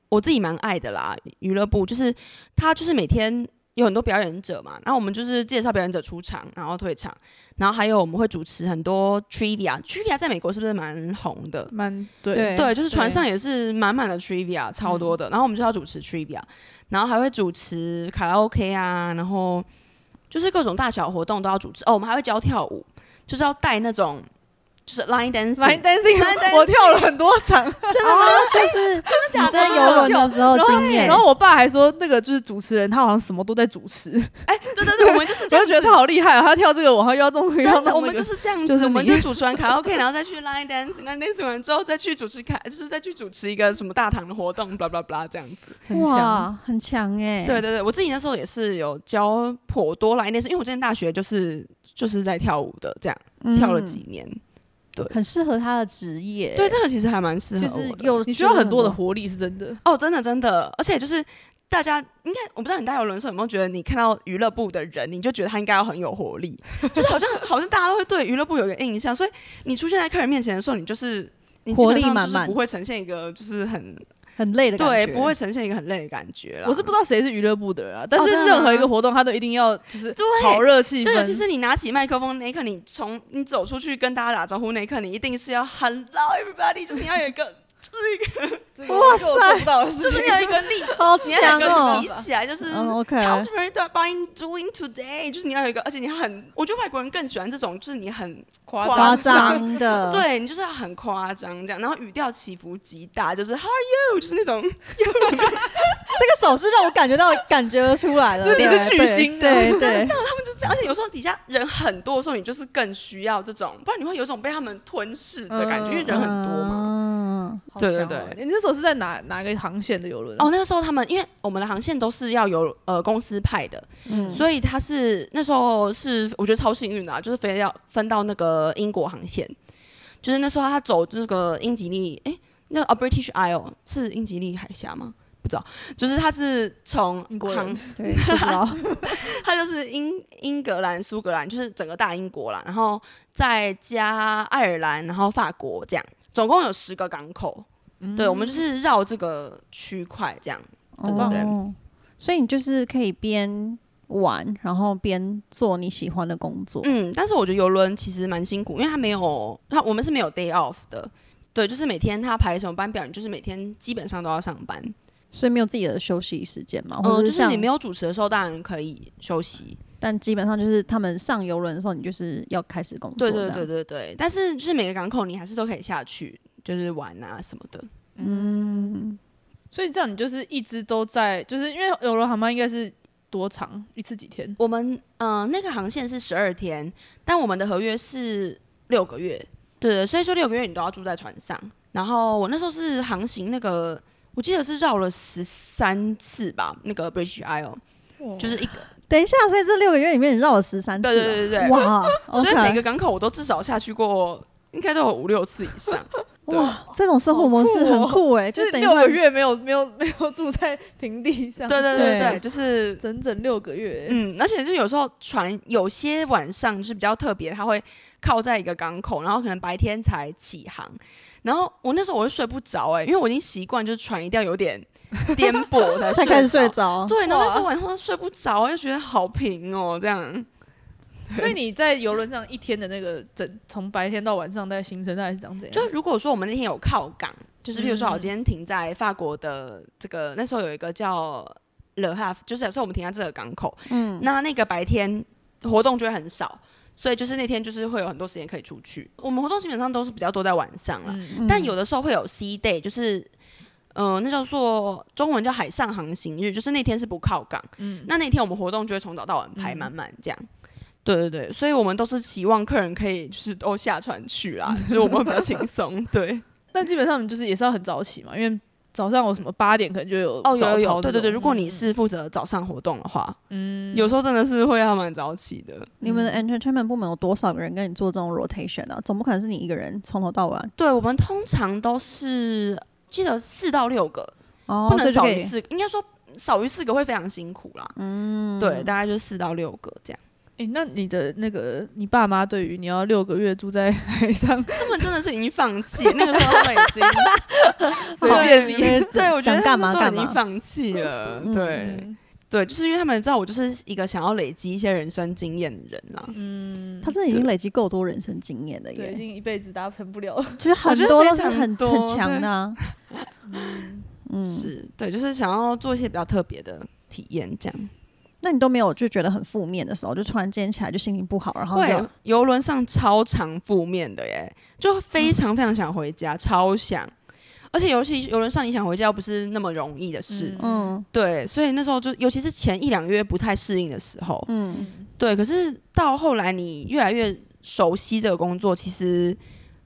S3: 我自己蛮爱的啦。娱乐部就是他就是每天有很多表演者嘛，然后我们就是介绍表演者出场，然后退场，然后还有我们会主持很多 trivia。trivia 在美国是不是蛮红的？
S2: 蛮对
S1: 对
S3: 对，就是船上也是满满的 trivia，超多的。然后我们就要主持 trivia，然后还会主持卡拉 OK 啊，然后就是各种大小活动都要主持。哦，我们还会教跳舞，就是要带那种就是 line dance。
S2: Line dancing，我 跳了很多场，
S1: 啊真的吗？就是你在游轮的时
S3: 哦
S1: 候经验，
S2: 然后我爸还说，那个就是主持人，他好像什么都在主持，
S3: 哎，对对对，我们 就是
S2: 我
S3: 这
S2: 就
S3: 样
S2: 觉得他好厉害啊！他跳这个，我还要弄，要
S3: 真的，
S2: 弄
S3: 我们就是这样子，
S2: 就是
S3: 我们
S2: 你
S3: 就主持完卡拉 OK，然后再去 line dance，那 dance 完之后再去主持卡，就是再去主持一个什么大堂的活动，blah blah blah 这样子。
S2: 哇，
S1: 哇，很强哎，
S3: 对对对，我自己那时候也是有教颇多 line dance，因为我之前大学就是就是在跳舞的，这样
S1: 对
S3: 跳了几，年。
S1: 很适合他的职业，
S3: 对，这个其实还蛮适合
S1: 就是
S3: 我的。
S1: 有
S2: 你需要很多的活力，是真的。
S3: 哦，真的真的，而且就是大家应该，我不知道你大游轮的时候有没有觉得，你看到娱乐部的人，你就觉得他应该要很有活力，就是好像好像大家都会对娱乐部有一个印象，所以你出现在客人面前的时候，你就是。你基
S1: 活
S3: 本
S1: 力
S3: 上
S1: 满
S3: 就是
S1: 满
S3: 不会呈现一个就是很
S1: 很累的感
S3: 对，
S1: 觉，
S3: 不会呈现一个很累的感觉啦。
S2: 我是不知道谁是娱乐部的人啊，但是
S3: 啊哦真的吗
S2: 任何一个活动，他都一定要就是
S3: 对
S2: 炒热气
S3: 就
S2: 氛。
S3: 尤其是你拿起麦克风那一刻，你从你走出去跟大家打招呼那一刻，你一定是要 hello everybody，就是你要有一个，
S2: 哇塞，
S3: 就是你要有一个力，
S1: 好
S3: 你要有
S1: 强
S3: 一个
S1: 哦
S3: 提起来，就是
S1: 嗯，OK，
S3: How's everybody doing today？就是你要有一个，而且你很，我觉得外国人更喜欢这种，就是你很夸
S2: 张
S1: 夸张 的，，
S3: 对你就是要很夸张这样，然后语调起伏极大，就是 How are you？就是那种，
S1: 这个手势让我感觉到感觉得出来了，
S2: 就是你是巨星
S1: 对对对，对
S3: 他们就这样，而且有时候底下人很多的时候，你就是更需要这种，不然你会有一种被他们吞噬的感觉，
S2: 嗯
S3: 因为人很多嘛。
S1: 嘛，
S3: 对对
S2: 好强哦
S3: 对
S2: 你那时候是在哪哪个航线的游轮？啊
S3: 哦，，那个时候他们因为我们的航线都是要由呃公司派的，
S1: 嗯
S3: 所以他是那时候是我觉得超幸运的、啊，就是非要分到那个英国航线，就是那时候他走这个英吉利，诶，那啊 British Isle 是英吉利海峡吗？不知道，就是他是从
S2: 英国
S3: 航
S2: 人，
S1: 对，不知道，
S3: 他就是英英格兰、苏格兰，就是整个大英国啦，然后再加爱尔兰，然后法国这样，总共有十个港口。对，我们就是绕这个区块这样。
S2: 棒
S1: 哦，所以你就是可以边玩，然后边做你喜欢的工作，
S3: 嗯，但是我觉得游轮其实蛮辛苦，因为它没有，它我们是没有 day off 的。对，就是每天他排什么班表，你就是每天基本上都要上班。
S1: 所以没有自己的休息时间嘛，哦
S3: 嗯，
S1: 或者
S3: 就是
S1: 像
S3: 你没有主持的时候，当然可以休息。
S1: 但基本上就是他们上游轮的时候，你就是要开始工作，
S3: 对对对，对对，但是就是每个港口你还是都可以下去，就是玩啊什么的。
S2: 所以这样你就是一直都在，就是因为游轮航班应该是多长一次几天？
S3: 我们嗯、呃那个航线是十二天，但我们的合约是六个月，对对，所以说六个月你都要住在船上。然后我那时候是航行那个，我记得是绕了十三次吧，那个 British Isle，就是一个，
S1: 等一下，所以这六个月里面你绕了十三次、啊，
S3: 对对对对对，
S1: 哇
S3: 所以每
S1: ，OK，
S3: 个港口我都至少下去过，应该都有五六次以上。对
S1: 哇，这种生活模式很酷
S3: 哦
S1: 哎、
S2: 就是
S1: 等于
S2: 六
S1: 说
S2: 个月没有没有没有住在平地上，
S3: 对对对
S1: 对
S3: 对，就是
S2: 整整六个月。
S3: 嗯，而且就有时候船有些晚上就是比较特别，它会靠在一个港口，然后可能白天才起航。然后我那时候我就睡不着哎、因为我已经习惯就是船一定要有点颠簸我才
S1: 才开始睡
S3: 睡着。
S1: 着，
S3: 对，然后那时候晚上睡不着，就觉得好平哦，这样。
S2: 所以你在游轮上一天的那个整，从白天到晚上，大概行程大概是长怎样？
S3: 就如果说我们那天有靠港，就是比如说我今天停在法国的这个，那时候有一个叫 Le Havre，就是假设我们停在这个港口，嗯，那那个白天活动就会很少，所以就是那天就是会有很多时间可以出去。我们活动基本上都是比较多在晚上啦，但有的时候会有 C day，就是。呃，那叫做中文叫海上航行日，就是那天是不靠港。
S2: 嗯，
S3: 那那天我们活动就会从早到晚排满满这样。对对对，所以我们都是期望客人可以就是都下船去啦，就是我们会比较轻松。对，
S2: 但基本上你就是也是要很早起嘛，因为早上我什么八点可能就有
S3: 哦有有
S2: 早操
S3: 有，对
S2: 那
S3: 对对，
S2: 种
S3: 如果
S1: 嗯
S3: 你是负责早上活动的话，
S2: 嗯
S3: 有时候真的是会要蛮早起的。
S1: 你们的 entertainment 部门有多少个人跟你做这种 rotation 啊？总不可能是你一个人从头到啊晚
S3: 对我们通常都是记得四到六个，
S1: 哦
S3: 不能
S1: 所以就
S3: 少
S1: 可
S3: 于
S1: 以
S3: 四，应该说少于四个会非常辛苦啦。嗯，对，大概就四到六个这样。
S2: 诶，那你的那个你爸妈对于你要六个月住在海上
S3: 他们真的是已经放弃，那个时候他们已 经
S1: 随
S3: 对
S1: 便你
S3: 对，我觉得
S1: 想
S3: 他们
S1: 干
S3: 那
S1: 嘛
S3: 时候
S1: 干
S3: 已经
S1: 嘛。
S3: 放弃了。
S1: 嗯
S3: 对对，就是因为他们知道我就是一个想要累积一些人生经验的人啦。
S2: 嗯，
S1: 他真的已经累积够多人生经验了
S2: 对已
S1: 耶，
S2: 经一辈子达成不 了了。
S1: 就是
S3: 我
S1: 很
S3: 觉得
S1: 多都
S3: 非
S1: 是
S3: 常
S1: 很
S3: 多
S1: 很强的啊。嗯，
S3: 是对，就是想要做一些比较特别的体验，这样。
S1: 那你都没有就觉得很负面的时候，就突然间起来就心情不好，然后
S3: 会
S1: 就
S3: 游轮上超常负面的耶，就
S1: 嗯
S3: 非常非常想回家，超想。而且尤其游轮上你想回家又不是那么容易的事，
S1: 嗯
S3: 对，所以那时候就尤其是前一两个月不太适应的时候，
S1: 嗯
S3: 对，可是到后来你越来越熟悉这个工作，其实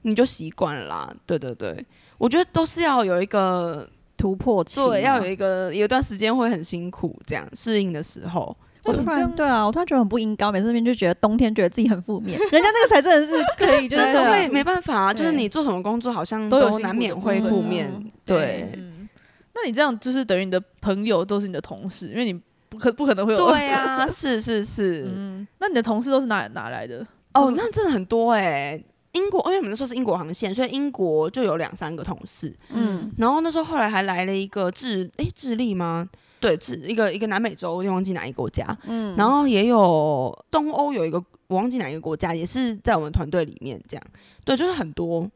S3: 你就习惯了啦。对对对，我觉得都是要有一个
S1: 突破期嘛，
S3: 对，要有一个有一段时间会很辛苦，这样适应的时候。
S1: 我
S2: 你
S1: 突
S2: 这
S1: 然
S2: 样
S1: 对啊，我突然觉得很不应高，每次那边就觉得冬天觉得自己很负面， 人家那个才真的是可以，就是
S3: 真的
S1: 对
S3: 会
S1: 啊
S3: 没办法、啊，就是
S1: 对
S3: 你做什么工作好像
S2: 都有辛苦
S3: 难
S2: 的
S3: 免
S2: 部
S3: 会
S2: 分
S3: 负
S1: 啊
S3: 面。对
S2: 嗯，那你这样就是等于你的朋友都是你的同事，因为你不可不可能会有。
S3: 对啊，是是是。
S2: 嗯， 那你的同事都是哪哪来的？
S3: 哦，那真的很多哎、英国，因为我们那时候是英国航线，所以英国就有两三个同事。
S1: 嗯
S3: 然后那时候后来还来了一个智，诶，智利吗？对，智一个一个南美洲，我有点忘记哪一个国家。
S1: 嗯，
S3: 然后也有东欧有一个，我忘记哪一个国家，也是在我们团队里面这样。对，就是很多，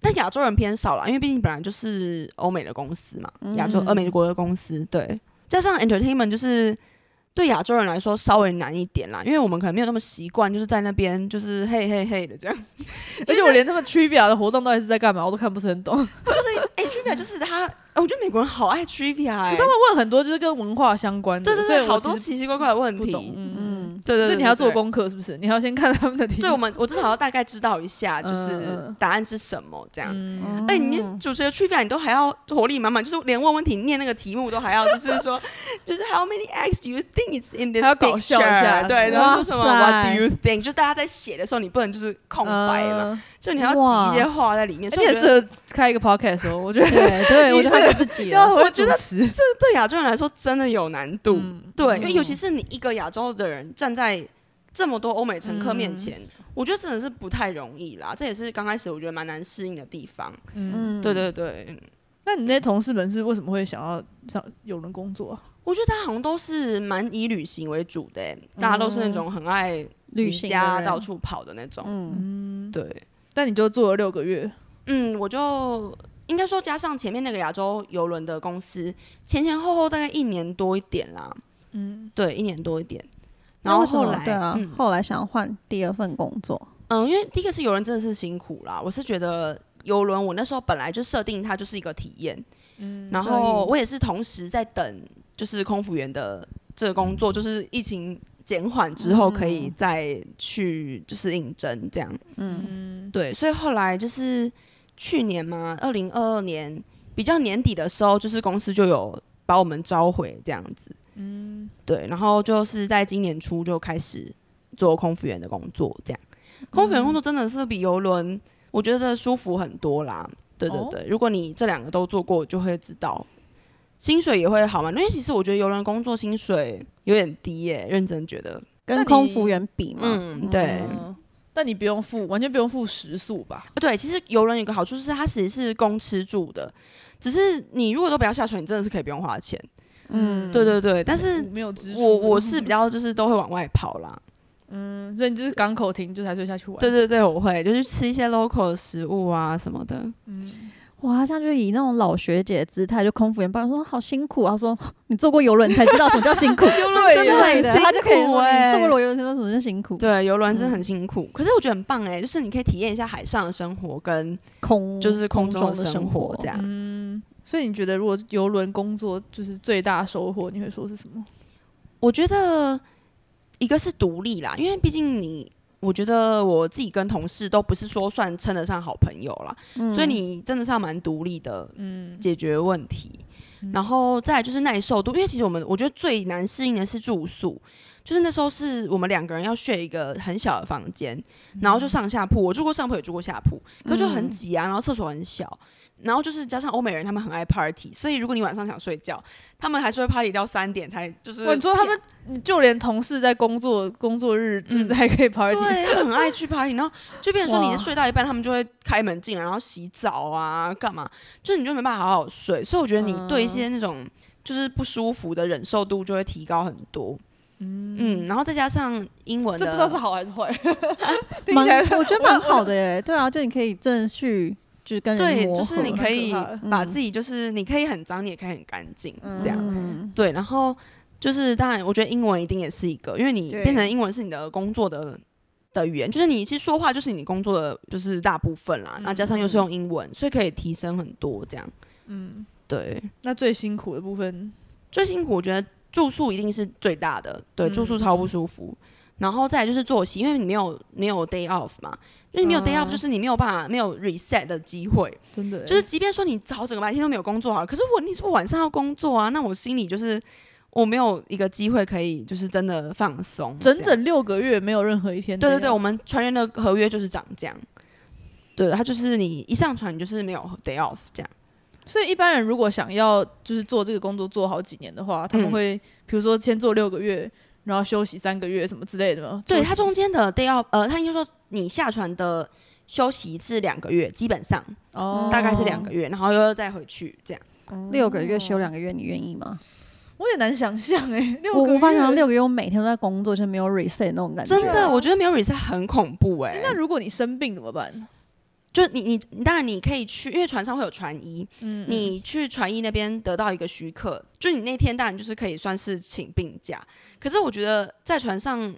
S3: 但亚洲人偏少啦，因为毕竟本来就是欧美的公司嘛，亚洲、
S1: 嗯
S3: 呃美国的公司，对，加上 entertainment 就是。对亚洲人来说稍微难一点啦，因为我们可能没有那么习惯，就是在那边就是嘿嘿嘿的这样。
S2: 而且我连他们 trivia 的活动到底是在干嘛，我都看不是很懂。
S3: 哎、t r i v i a 就是他，呃我觉得美国人好爱 trivia，、欸、
S2: 可是他们问很多就是跟文化相关的，
S3: 对对对，
S2: 嗯所以我
S3: 好
S2: 其
S3: 多
S2: 实
S3: 奇奇怪怪的问
S2: 不
S3: 题。
S2: 懂。嗯嗯，
S1: 嗯
S3: 对对对
S2: 所以你还要做。
S3: 对对
S2: 功课是不是？你还要先看他们的题目。
S3: 对我们，我至少要大概知道一下，就是
S2: 嗯
S3: 答案是什么这样。
S2: 嗯，
S3: 哎、你主持的 trivia 你都还要活力满满，就是连问问题、念那个题目都还要，就是说， 就是 How many eggs do you think it's in this
S2: 还要搞笑一下
S3: picture？对，然后
S1: 哇
S3: 说什么
S1: 塞
S3: What do you think？就大家在写的时候，你不能就是空白嘛，
S2: 嗯。
S3: 就你还要挤一些
S1: 哇
S3: 话在里面。
S2: 而
S3: 所以我
S2: 且
S3: 觉得
S2: 适合开一个 podcast 哦，我觉得
S1: 对对，我觉得他自己了
S2: 要我
S3: 啊觉得
S2: 持。
S3: 对亚洲人来说真的有难度，
S2: 嗯
S3: 对，因为尤其是你一个亚洲的人站在这么多欧美乘客面前，
S1: 嗯
S3: 我觉得真的是不太容易啦。这也是刚开始我觉得蛮难适应的地方。
S2: 嗯，
S1: 嗯，
S3: 对对对，
S2: 那你那些同事们是为什么会想要上有人工作啊？
S3: 我觉得大家好像都是蛮以旅行为主的、欸，大家都是那种很爱
S1: 嗯旅行的
S3: 家
S1: 人
S3: 到处跑的那种。
S1: 嗯
S3: 对，
S2: 但你就做了六个月，
S3: 嗯，我就应该说加上前面那个亚洲游轮的公司，前前后后大概一年多一点啦。嗯，对，一年多一点。然
S1: 那
S3: 后
S1: 为什
S3: 后
S1: 么
S3: 来，
S1: 对啊
S3: 嗯，
S1: 后来想要换第二份工作，
S3: 嗯，因为第一个是游轮真的是辛苦啦，我是觉得游轮我那时候本来就设定它就是一个体验，嗯，然后我也是同时在等就是空服员的这个工作，就是疫情减缓之后可以再去就是应征这样，
S1: 嗯
S3: 对，所以后来就是去年嘛，二零二二年比较年底的时候，就是公司就有把我们召回这样子，嗯，对，然后就是在今年初就开始做空服员的工作，这样，空服员工作真的是比游轮我觉得舒服很多啦，对对
S2: 哦
S3: 对，如果你这两个都做过，就会知道。薪水也会好嘛？因为其实我觉得游轮工作薪水有点低耶、认真觉得。
S2: 那
S1: 跟
S2: 你
S1: 空服员比嘛，
S3: 嗯，对。
S2: 嗯，但你不用付，完全不用付食宿吧？
S3: 对，其实游轮有个好处是它其实是供吃住的，只是你如果都不要下船，你真的是可以不用花钱。
S1: 嗯，
S3: 对对对，但
S2: 我
S3: 是
S2: 没有支出，
S3: 我我是比较就是都会往外跑啦。
S2: 嗯，所以你就是港口停，就是还是会下去玩。
S3: 对对对，我会就是吃一些 local 的食物啊什么的。
S1: 哇，像就是以那种老学姐的姿态，就空服员帮我说好辛苦啊，他说你坐过游轮才知道什么叫 辛苦，游
S3: 轮真的很辛苦
S1: 他就可以说
S3: 欸
S1: 你坐过游轮才知道什么叫辛苦，
S3: 对，游轮真的很辛苦，嗯可是我觉得很棒哎、就是你可以体验一下海上的生活跟
S1: 嗯空
S3: 就是空
S1: 中
S3: 中的
S1: 的
S3: 生活这样。
S2: 嗯，所以你觉得，如果游轮工作就是最大的收获，你会说是什么？
S3: 我觉得一个是独立啦，因为毕竟你，我觉得我自己跟同事都不是说算称得上好朋友啦，所以你真的是要蛮独立的，嗯，解决问题。然后再来就是耐受度，因为其实我们我觉得最难适应的是住宿，就是那时候是我们两个人要睡一个很小的房间，然后就上下铺，我住过上铺也住过下铺，可就很挤啊，然后厕所很小，然后就是加上欧美人他们很爱 party，所以如果你晚上想睡觉，他们还是会 party 到三点才就是。
S2: 我说他们，你就连同事在工作工作日，就是还可以 party，、
S3: 对，啊他们很爱去 party，然后就变成说你
S1: 哇
S3: 睡到一半，他们就会开门进来，然后洗澡啊，干嘛，就是你就没办法好好睡。所以我觉得你对一些那种就是不舒服的忍受度就会提高很多。嗯，然后再加上英文
S2: 这
S3: 的，
S2: 不知道是好还是坏。听
S1: 蛮
S2: 起来
S1: 我觉得蛮好的耶，对啊，就你可以真的去就是跟人
S3: 对，
S1: 磨
S3: 就是你
S1: 合
S3: 可以
S2: 蛮可怕
S1: 的
S3: 把
S1: 嗯
S3: 自己，就是你可以很脏，你也可以很干净，这样。
S1: 嗯
S3: 对，然后就是当然，我觉得英文一定也是一个，因为你
S1: 对
S3: 变成英文是你的工作的的语言，就是你其实说话就是你工作的就是大部分啦，那、加上又是用英文，所以可以提升很多这样。
S2: 嗯，
S3: 对，
S2: 那最辛苦的部分，
S3: 最辛苦我觉得住宿一定是最大的，对，住宿
S2: 嗯
S3: 超不舒服。然后再来就是作息，因为你没有没有 day off 嘛，因为你没有 day off，
S2: 嗯
S3: 就是你没有办法没有 reset 的机会，
S2: 真的
S3: 就是即便说你早整个白天都没有工作好了，可是我你是我晚上要工作啊，那我心里就是我没有一个机会可以就是真的放松，
S2: 整
S3: 这样
S2: 整六个月没有任何一天这
S3: 对
S2: 样。
S3: 对对，我们船员的合约就是长这样，对，他就是你一上船你就是没有 day off 这样，
S2: 所以一般人如果想要就是做这个工作做好几年的话，他们
S3: 嗯
S2: 会比如说先做六个月，然后休息三个月什么之类的吗？
S3: 对
S2: 休息
S3: 他中间的 day off，呃，他应该说你下船的休息是两个月，基本上
S1: 哦
S3: 大概是两个月，然后又再回去这样。
S1: 六个月休两个月，你愿意吗？
S2: 我也难想象哎、六
S1: 我
S2: 个月
S1: 无法想象六个月我每天都在工作，就没有 reset 那种感觉。
S3: 真的，我觉得没有 reset 很恐怖哎、
S2: 那如果你生病怎么办？
S3: 就你你你当然你可以去，因为船上会有船医，你去船医那边得到一个许可，就你那天当然就是可以算是请病假。可是我觉得在船上，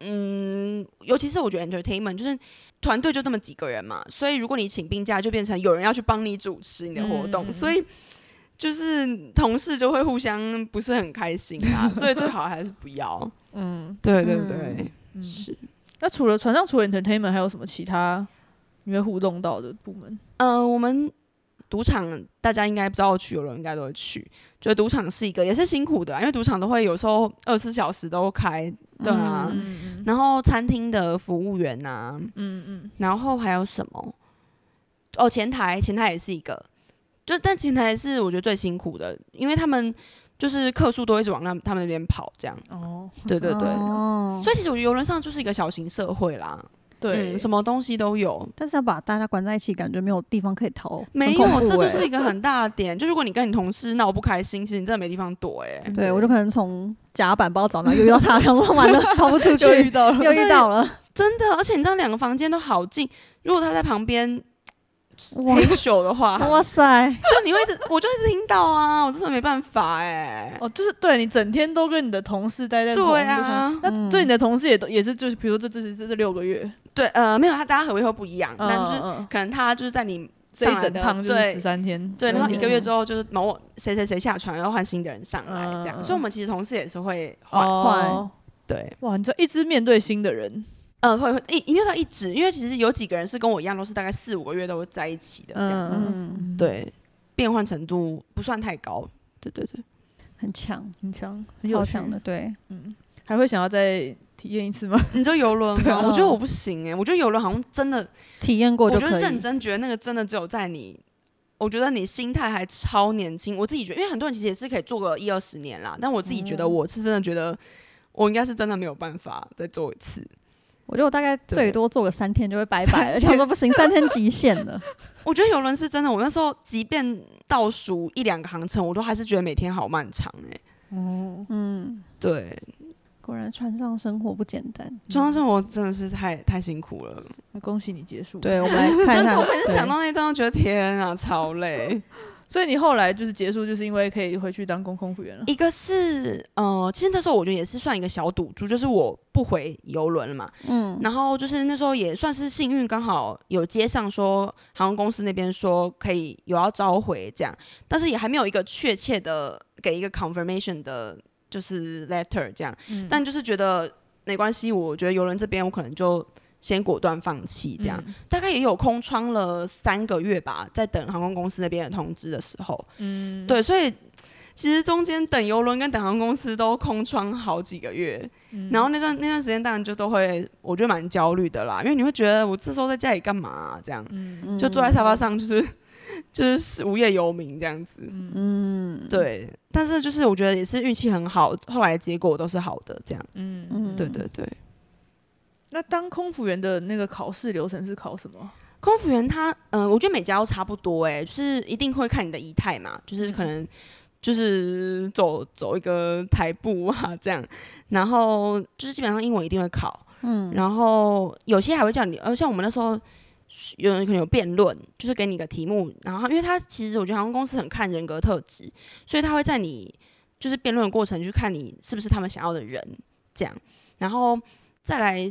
S3: 嗯，尤其是我觉得 entertainment 就是团队就那么几个人嘛，所以如果你请病假，就变成有人要去帮你主持你的活动，所以。就是同事就会互相不是很开心啊，所以最好还是不要。嗯，对对对，是。
S2: 那除了船上除了 entertainment 还有什么其他你会互动到的部门？
S3: 呃，我们赌场大家应该不知道去，有人应该都会去。觉得赌场是一个也是辛苦的啊、因为赌场都会有时候二十四小时都开，对啊。
S2: 嗯
S3: 然后餐厅的服务员呐、
S2: 嗯嗯嗯，
S3: 然后还有什么？哦，前台，前台也是一个，就但前台是我觉得最辛苦的，因为他们就是客数都一直往那他们那边跑，这样。
S2: 哦，
S3: 对对对。
S1: 哦，
S3: 所以其实我觉得游轮上就是一个小型社会啦，
S2: 对，
S3: 嗯，什么东西都有，
S1: 但是要把大家关在一起，感觉没有地方可以逃，
S3: 没
S1: 很恐
S3: 有，
S1: 怖
S3: 这就
S1: 欸
S3: 是一个很大的点。就如果你跟你同事闹不开心，其实你真的没地方躲、欸，哎，
S1: 对我就可能从甲板包找到，又遇 到他，然后完了逃不出去，
S2: 就遇到了。
S1: 又遇到了，
S3: 真的。而且你知道两个房间都好近，如果他在旁边
S1: 哇
S3: 黑咻的话，
S1: 哇塞，
S3: 就你会一直，我就一直听到啊，我真的没办法哎、
S2: 哦，就是对你整天都跟你的同事待在同一个
S3: 对
S2: 空间，
S3: 啊，
S1: 嗯
S2: 那对你的同事也都也是就是比如说这这这这六个月，
S3: 对，呃，没有，他大家合约会不一样，
S2: 嗯
S3: 但就是
S2: 嗯嗯
S3: 可能他就是在你
S2: 这
S3: 上
S2: 一
S3: 来
S2: 整
S3: 的
S2: 趟就是
S3: 对
S2: 十三天，
S3: 对，然后
S1: 嗯
S3: 一个月之后就是某谁谁谁下船，然后换新的人上来这样，
S2: 嗯
S3: 所以我们其实同事也是会换，
S2: 哦，
S3: 对，
S2: 哇，你就一直面对新的人，
S3: 呃，会会一因为他一直，因为其实有几个人是跟我一样，都是大概四五个月都在一起的这样，
S2: 嗯，
S1: 嗯，
S3: 对，变换程度不算太高，对对对，
S1: 很强，
S2: 很强，很有
S1: 超
S2: 趣
S1: 强的，，对，
S2: 还会想要再体验一次吗？
S3: 你说游轮
S1: 对
S3: 吗？
S1: 啊
S3: 我觉得我不行哎、我觉得游轮好像真的，
S1: 体验过
S3: 我
S1: 就
S3: 觉
S1: 可
S3: 得
S1: 以
S3: 认，真觉得那个真的只有在你，我觉得你心态还超年轻，我自己觉得，因为很多人其实也是可以做个一二十年啦，但我自己觉得我是真的觉得。我应该是真的没有办法再做一次，
S1: 我觉得我大概最
S3: 对
S1: 多做个三天就会拜 拜了，想说不行，三天极限了，
S3: 我觉得游轮是真的，我那时候即便倒数一两个航程，我都还是觉得每天好漫长哎、
S2: 哦，
S1: 嗯，
S3: 对，
S1: 果然船上生活不简单，
S3: 船上生活真的是太太辛苦了，
S2: 那恭喜你结束。，
S1: 对，我们来看一
S3: 真
S1: 下，
S3: 的，我每次
S1: 对
S3: 想到那一段，都觉得天啊，超累。
S2: 所以你后来就是结束，就是因为可以回去当公空服员了。
S3: 一个是呃，其实那时候我觉得也是算一个小赌注，就是我不回游轮了嘛。嗯，然后就是那时候也算是幸运，刚好有接上说航空公司那边说可以有要召回这样，但是也还没有一个确切的给一个 confirmation 的，就是 letter 这样。但就是觉得没关系，我觉得游轮这边我可能就先果断放弃这样。
S2: 嗯
S3: 大概也有空窗了三个月吧，在等航空公司那边的通知的时候，嗯，对，所以其实中间等游轮跟等航空公司都空窗好几个月，然后那段那段时间当然就都会，我觉得蛮焦虑的啦，因为你会觉得我这时候在家里干嘛啊、这样，就坐在沙发上就是。 就是无业游民这样子，嗯，对，但是就是我觉得也是运气很好，后来结果都是好的，这样，
S1: 嗯，
S3: 对对对。
S2: 那当空服员的那个考试流程是考什么？
S3: 空服员他，嗯、我觉得每家都差不多、欸，就是一定会看你的仪态嘛，就是可能就是走走一个台步啊这样，然后就是基本上英文一定会考，嗯，然后有些还会叫你，呃，像我们那时候。有人可能有辩论，就是给你个题目，然后因为他其实我觉得航空公司很看人格特质，所以他会在你就是辩论的过程去看你是不是他们想要的人这样，然后再来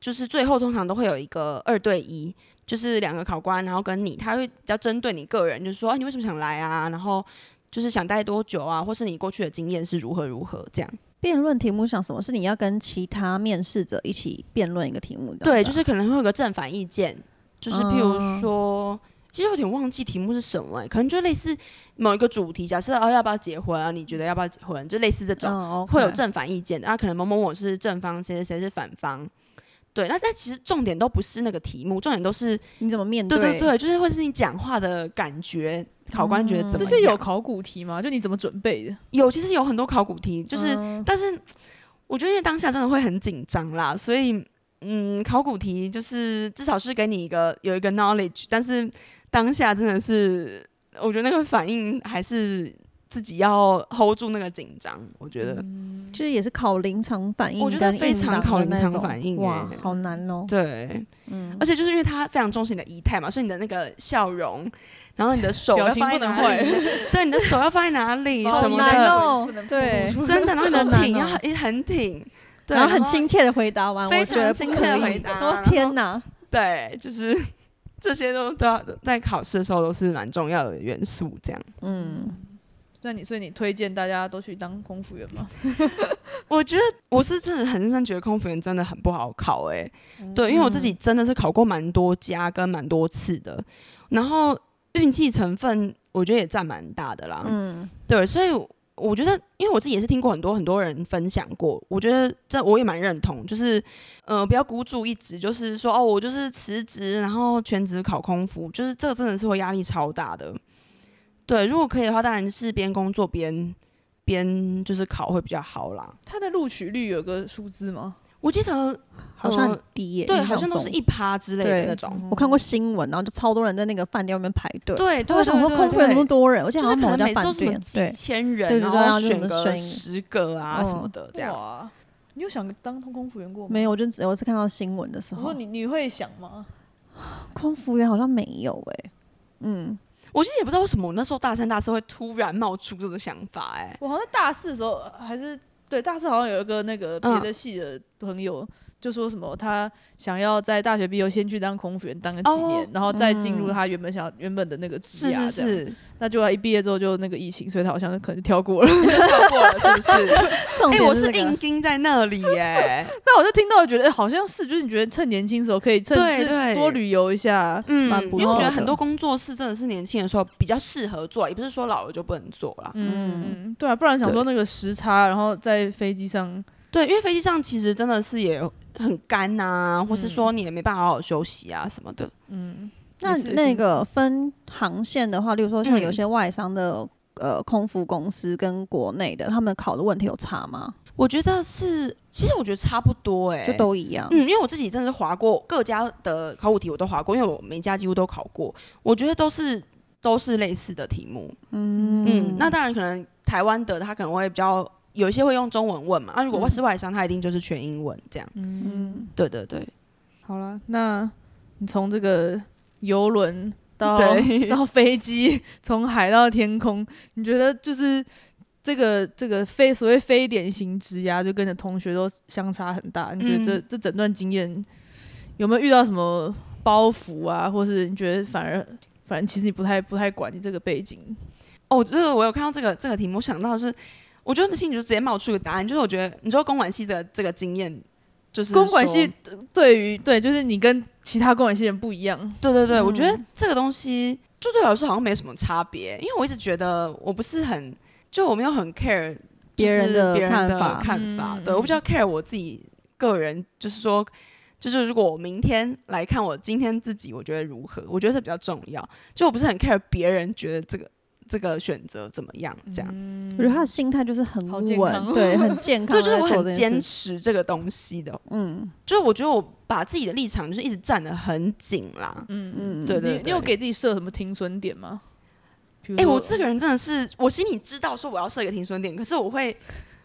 S3: 就是最后通常都会有一个二对一，就是两个考官，然后跟你，他会比较针对你个人，就是说、啊、你为什么想来啊，然后就是想待多久啊，或是你过去的经验是如何如何这样。
S1: 辩论题目像什么？是你要跟其他面试者一起辩论一个题目的？
S3: 对，就是可能会有个正反意见，就是譬如说，其实有点忘记题目是什么、欸，可能就类似某一个主题，假设哦、要不要结婚啊，你觉得要不要结婚，就类似这种。
S1: 哦，
S3: 会有正反意见的，啊那、可能某某某是正方，谁谁谁是反方，对，那但其实重点都不是那个题目，重点都是
S1: 你怎么面
S3: 对对对，就是会是你讲话的感觉，考官觉得怎么
S2: 这
S3: 样？
S2: 些有考古题吗？就你怎么准备的？
S3: 有，其实有很多考古题，就是，
S1: 嗯
S3: 但是我觉得因为当下真的会很紧张啦，所以，嗯，考古题就是至少是给你一个有一个 knowledge，但是当下真的是，我觉得那个反应还是自己要 hold 住那个紧张，我觉
S1: 嗯
S3: 得，
S1: 就是也是考临场反应
S3: 我
S1: 跟
S3: 觉
S1: 应
S3: 得
S1: 答的那种，
S3: 非常考临场反应
S1: 哇
S3: 欸，
S1: 好难哦。
S3: 对，嗯，而且就是因为他非常重视你的仪态嘛，所以你的那个笑容，然后你的手
S2: 表
S3: 要
S2: 情
S3: 放在
S2: 不能
S3: 哪里， 对，你的手要放在哪里，什么
S1: 好难
S3: 的，
S1: 哦
S2: 不能
S1: 对
S2: 不能
S3: 真的，然后你
S1: 好
S3: 的
S1: 难
S3: 挺
S1: 哦
S3: 要很很挺。对
S1: 然后很亲切的回答完，
S3: 非
S1: 我
S3: 常
S1: 觉得
S3: 亲
S1: 不
S3: 切
S1: 可
S3: 地
S1: 以
S3: 回答然
S1: 哦
S3: 后
S1: 天哪，
S3: 对，就是 这些都都要在考试的时候都是蛮重要的元素。这样，
S1: 嗯，
S2: 那你所以你推荐大家都去当空服员吗？
S3: 我觉得我是真的很认真觉得空服员真的很不好考哎、对，因为我自己真的是考过蛮多家跟蛮多次的，然后运气成分我觉得也占蛮大的啦。嗯，对，所以我觉得，因为我自己也是听过很多很多人分享过，我觉得这我也蛮认同，就是呃，不要孤注一掷，就是说哦，我就是辞职，然后全职考空服，就是这个真的是会压力超大的。对，如果可以的话，当然是边工作边边就是考会比较好啦。
S2: 他的录取率有个数字吗？
S3: 我记得呃
S1: 好像很低耶，
S3: 对，
S1: 印
S3: 好
S1: 象
S3: 像都
S1: 中
S3: 是一趴之类的
S1: 对嗯
S3: 那种。
S1: 我看过新闻，然后就超多人在那个饭店外面排队，
S3: 对
S1: 我
S3: 对
S1: 想
S3: 对
S1: 说
S3: 对
S1: 空服有那么多人，我记
S3: 就是
S1: 得好
S3: 可
S1: 像某
S3: 能每
S1: 家
S3: 次都
S1: 饭
S3: 是什么
S1: 店，
S3: 几
S1: 对，
S3: 千
S1: 对
S3: 人，
S1: 对
S3: 然
S1: 对然
S3: 后
S1: 后就
S3: 选
S1: 什么
S3: 个
S1: 选
S3: 十个啊
S1: 嗯
S3: 什么的，这样
S2: 哇，你有想当空服员过吗？
S1: 没有，我就只我是看到新闻的时
S2: 我
S1: 候
S2: 说，你你会想吗？
S1: 空服员好像没有哎，
S3: 我其实也不知道为什么我那时候大三、大四会突然冒出这个想法、哎，
S2: 我好像大四的时候呃还是对大四好像有一个那个别的系的朋友。就说什么他想要在大学毕业后先去当空服员当个几
S3: 哦
S2: 年，然后再进入他原本想要、原本的那个职
S3: 是
S2: 业，啊
S3: 是
S2: 这样。
S3: 是，
S2: 那就他一毕业之后就那个疫情，所以他好像可能 跳过了。
S3: 跳过了是不是？
S1: 重
S3: 哎、
S1: 点
S3: 我
S1: 是
S3: 是
S1: 这个
S3: 硬盯在那里耶、
S2: 那我就听到觉得、哎好像是，就是你觉得趁年轻的时候可以趁
S3: 对
S2: 就是
S3: 对
S2: 多旅游一下，
S3: 嗯
S1: 蛮，不
S3: 因为我
S1: 错
S3: 觉得
S1: 的
S3: 很多工作室真的是年轻的时候比较适合做，啊也不是说老了就不能做啦。
S2: 嗯，嗯对啊，不然想说那个时差，然后在飞机上，
S3: 对，因为飞机上其实真的是也很干呐、
S1: 嗯
S3: 或是说你也没办法好好休息啊什么的。
S1: 那
S2: 也是
S1: 那个分航线的话，例如说像
S3: 嗯
S1: 有些外商的、呃空服公司跟国内的，他们考的问题有差吗？
S3: 我觉得是，其实我觉得差不多哎、
S1: 就都一样。
S3: 嗯，因为我自己真的是划过各家的考古题，我都划过，因为我每家几乎都考过，我觉得都是都是类似的题目。嗯那当然可能台湾的他可能会比较有一些会用中文问嘛，那、如果我是外商，他一定就是全英文这样。
S2: 嗯，
S3: 对对对，
S2: 好了，那你从这个游轮到
S3: 对
S2: 到飞机，从海到天空，你觉得就是这个这个非所谓非典型职涯，就跟你的同学都相差很大。你觉得这、这整段经验有没有遇到什么包袱啊，或是你觉得反而反正其实你不太不太管你这个背景？
S3: 哦，就是我有看到这个这个题目，我想到的是，我觉得我们心里就直接冒出一个答案，就是我觉得你说公管系的这个经验，就是
S2: 公管
S3: 说
S2: 系对于对，就是你跟其他公管系人不一样。
S3: 对对对，
S1: 嗯
S3: 我觉得这个东西就对我来说好像没什么差别，因为我一直觉得我不是很，就我没有很 care
S1: 别人
S3: 就是
S1: 的
S3: 别人的
S1: 看法
S3: 看法，
S2: 嗯
S3: 对，我比较 care 我自己个人，就是说，就是如果我明天来看我今天自己，我觉得如何，我觉得是比较重要，就我不是很 care 别人觉得这个这个选择怎么样，这样。
S1: 我觉得他的心态就是很
S2: 好健康哦
S1: 稳，对，很健
S3: 对，
S1: 康，
S3: 就是我
S1: 在做
S3: 很
S1: 这件
S3: 坚
S1: 事。
S3: 持这个东西的，
S1: 嗯
S3: 就是我觉得我把自己的立场就是一直站得很紧啦，
S2: 嗯
S1: 嗯，
S3: 对
S2: 你你有给自己设什么停损点吗？哎
S3: 哎、我这个人真的是，我心里知道说我要设一个停损点，可是我会，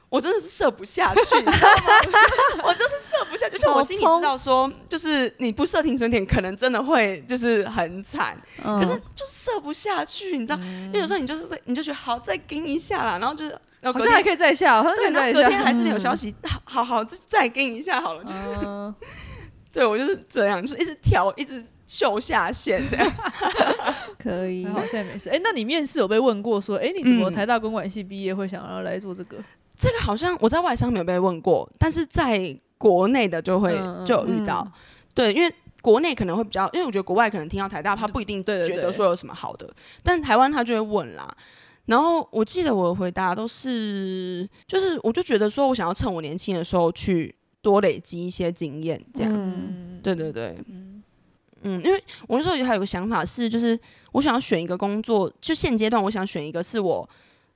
S3: 我真的是设不下 去，你知道吗我就是设不下去。就我心里知道说，就是你不设停损点，可能真的会就是很惨，
S1: 嗯
S3: 可是就是设不下去，你知道？
S2: 嗯
S3: 因为有时候你就是你就觉得好，再给你一下啦，然后就是然后
S2: 好
S3: 隔
S2: 像还
S3: 天
S2: 可以再下，好像可
S3: 对，
S2: 以
S3: 然后
S2: 再
S3: 隔
S2: 下。
S3: 天还是没有消息，好好，再再给你一下好了。就
S2: 嗯，
S3: 对我就是这样，就是一直调，一直秀下限这样。
S1: 可以
S2: 还。 好现在没事。哎，那你面试有被问过说，哎，你怎么
S3: 嗯
S2: 台大公管系毕业会想要来做这个？
S3: 这个好像我在外商没有被问过，但是在国内的就会、
S2: 嗯嗯
S3: 就有遇到，对，因为。国内可能会比较，因为我觉得国外可能听到台大，他不一定
S2: 对对
S3: 觉得
S2: 对
S3: 说有什么好的，但台湾他就会问啦。然后我记得我的回答都是，就是我就觉得说我想要趁我年轻的时候去多累积一些经验，这样。
S1: 嗯，
S3: 对对对，嗯，因为我那时候也还有个想法是，就是我想要选一个工作，就现阶段我想选一个是我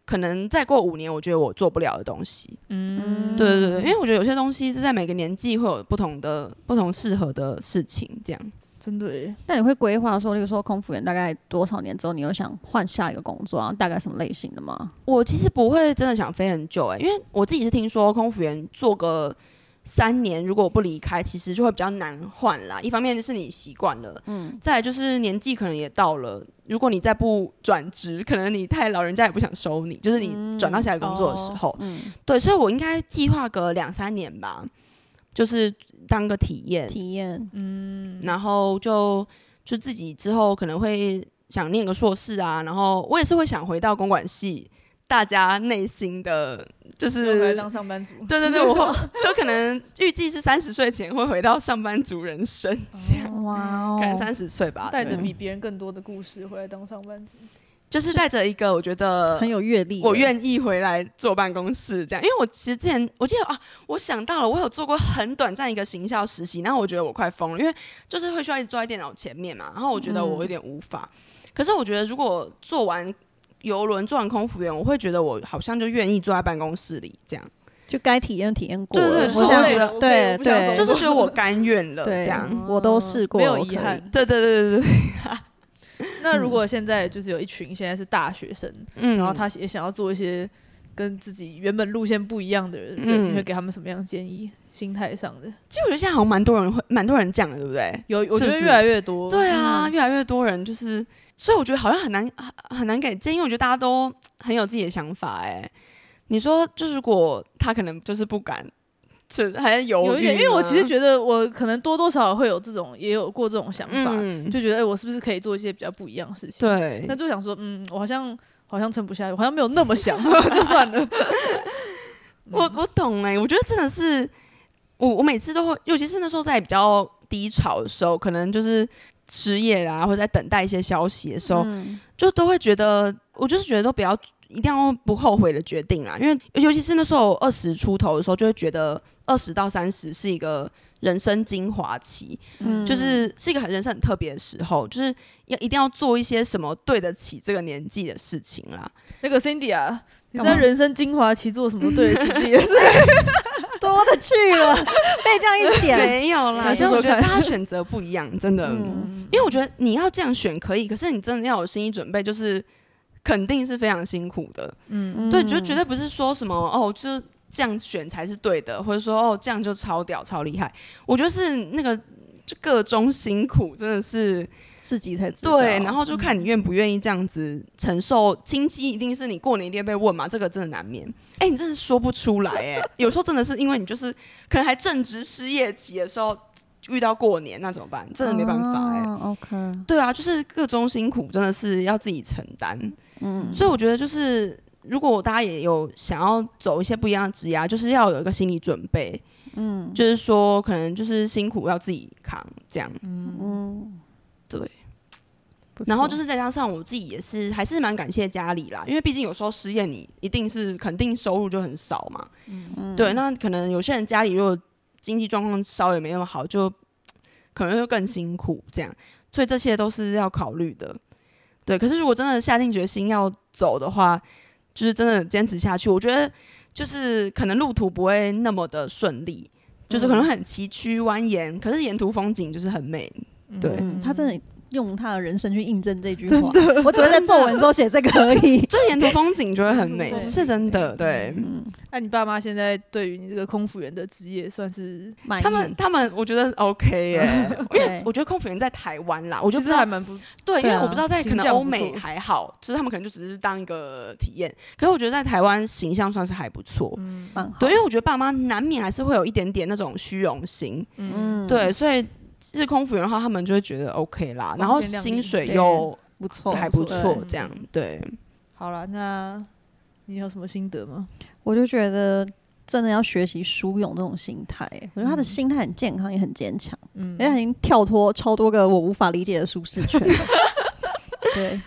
S3: 可能再过五年我觉得我做不了的东西。
S2: 嗯，
S3: 对对对，因为我觉得有些东西是在每个年纪会有不同的、不同适合的事情，这样。
S2: 真的耶。
S1: 那你会规划说，例如说空服员大概多少年之后，你又想换下一个工作，然啊后大概什么类型的吗？
S3: 我其实不会真的想飞很久、欸，因为我自己是听说空服员做个三年，如果我不离开，其实就会比较难换啦。一方面是你习惯了，嗯，再来就是年纪可能也到了，如果你再不转职，可能你太老人家也不想收你，就是你转到下一个工作的时
S2: 哦
S3: 候，
S1: 嗯，
S3: 对，所以我应该计划个两三年吧，就是当个体验，
S1: 体验，
S2: 嗯
S3: 然后就就自己之后可能会想念个硕士啊，然后我也是会想回到公管系，大家内心的就
S2: 要回来
S3: 是。
S2: 当上班族，
S3: 对对对，我会就可能预计是三十岁前会回到上班族人生，这样、
S1: 哇
S3: 可能
S1: 哦，
S3: 三十岁吧，
S2: 带着
S3: 啊对
S2: 比别人更多的故事回来当上班族。
S3: 就是带着一个我觉得
S1: 很有阅历。
S3: 我愿意回来坐办公室这样，因为我其实之前我记得啊，我想到了，我有做过很短暂一个行销实习，然后我觉得我快疯了，因为就是会需要一直坐在电脑前面嘛，然后我觉得我有点无法。可是我觉得如果做完游轮、做完空服员，我会觉得我好像就愿意坐在办公室里这样，
S1: 就该体验体验过
S3: 对
S1: 了，
S3: 对
S1: 我
S3: 受
S1: 这样
S3: 累
S1: 觉
S2: 了
S1: 得，
S2: 我可以
S1: 对
S2: 我不想
S1: 对，
S2: 走
S3: 就是觉得我甘愿了
S1: 对
S3: 这样。
S1: 我都试过，
S2: 没有
S1: 我
S2: 遗
S1: 可以
S2: 憾。
S3: 对对对对对，
S2: 那如果现在就是有一群现在是大学生，
S3: 嗯
S2: 然后他也想要做一些跟自己原本路线不一样的人，
S3: 嗯
S2: 你会给他们什么样的建议？心态上的
S3: 其实我觉得现在好像蛮多人会，蛮多人这样的，对不对？
S2: 有，
S3: 是
S2: 我
S3: 不
S2: 觉得
S3: 是
S2: 越来越多。嗯
S3: 对啊，越来越多人就是，所以我觉得好像很难很很难给建议。我觉得大家都很有自己的想法、哎，你说，就是如果他可能就是不敢，是还在犹豫吗，
S2: 有一点，因为我其实觉得我可能多多少少会有这种，也有过这种想法，
S3: 嗯，
S2: 就觉得哎、我是不是可以做一些比较不一样的事情？，
S3: 对
S2: 那，就想说，嗯，我好像好像撑不下去，我好像没有那么想， 就算了。
S3: 我我懂哎、我觉得真的是，我我每次都会，尤其是那时候在比较低潮的时候，可能就是失业啊，或者在等待一些消息的时候，就都会觉得，我就是觉得都不要，一定要不后悔的决定啦。因为尤其是那时候二十出头的时候，就会觉得二十到三十是一个人生精华期，
S1: 嗯
S3: 就是是一个很人生很特别的时候，就是要一定要做一些什么对得起这个年纪的事情啦。
S2: 那个 Cindy 啊，你
S1: 干
S2: 在
S1: 嘛
S2: 人生精华期做什么对得起自己 的事？
S1: 多的去 了，被这样一点，
S3: 没有啦，
S2: 来
S3: 就
S2: 说
S3: 我
S2: 说
S3: 觉得
S2: 看
S3: 大家选择不一样，真的。
S1: 嗯
S3: 因为我觉得你要这样选可以，可是你真的要有心理准备，就是肯定是非常辛苦的。
S2: 嗯，
S3: 对，就绝对不是说什么哦，就是这样选才是对的，或者说哦这样就超屌、超厉害。我觉得是那个就各中辛苦，真的是
S1: 自己才知道。
S3: 对，然后就看你愿不愿意这样子承受。亲戚一定是你过年一定被问嘛，这个真的难免。哎、你真的说不出来哎、 有时候真的是因为你就是可能还正值失业期的时候遇到过年，那怎么办？真的没办法哎、
S1: 啊 OK，
S3: 对啊，就是各种辛苦真的是要自己承担。
S1: 嗯，
S3: 所以我觉得就是，如果大家也有想要走一些不一样的职涯，就是要有一个心理准备，嗯，就是说可能就是辛苦要自己扛这样，
S1: 嗯
S4: 不错
S3: 然后就是再加上我自己也是还是蛮感谢家里啦，因为毕竟有时候失业你一定是肯定收入就很少嘛，嗯，对，那可能有些人家里如果经济状况稍微没那么好，就可能就更辛苦这样，所以这些都是要考虑的，对。可是如果真的下定决心要走的话，就是真的坚持下去，我觉得就是可能路途不会那么的顺利，就是
S4: 嗯
S3: 可能很崎岖蜿蜒，可是沿途风景就是很美，对。
S1: 嗯他真的用他的人生去印证这句话。我只会在作文的时候写这个而已。
S3: 就沿途风景就会很美，
S2: 对嗯
S3: 是真的。对，
S1: 嗯
S2: 那、你爸妈现在对于你这个空服员的职业算是，
S1: 满意
S3: 他们他们我觉得 OK 耶、 因为
S1: OK
S3: 我觉得空服员在台湾啦，我就
S2: 其
S3: 不知
S2: 实还
S3: 道
S2: 蛮不，
S3: 对，因
S1: 对
S3: 为
S1: 啊
S3: 我不知道在可
S2: 形
S3: 能
S2: 象
S3: 欧
S2: 不
S3: 美
S2: 错
S3: 还好，就是他们可能就只是当一个体验，可是我觉得在台湾形象算是还不错。
S2: 嗯
S1: 蛮好
S3: 对，因为我觉得爸妈难免还是会有一点点那种虚荣心，
S2: 嗯，
S3: 对，所以是空服员的话，他们就会觉得 OK 啦，然
S2: 光
S3: 后
S2: 鲜亮
S3: 薪
S2: 丽
S3: 水
S1: 对
S3: 又
S1: 不错，
S3: 还不
S2: 不错
S3: 错
S2: 对，
S3: 这样对。
S2: 好了，那你有什么心得吗？
S1: 我就觉得真的要学习舒勇这种心态、我觉得他的
S2: 嗯
S1: 心态很健康，也很坚强，
S2: 嗯
S1: 因为他已经跳脱超多个我无法理解的舒适圈。 对，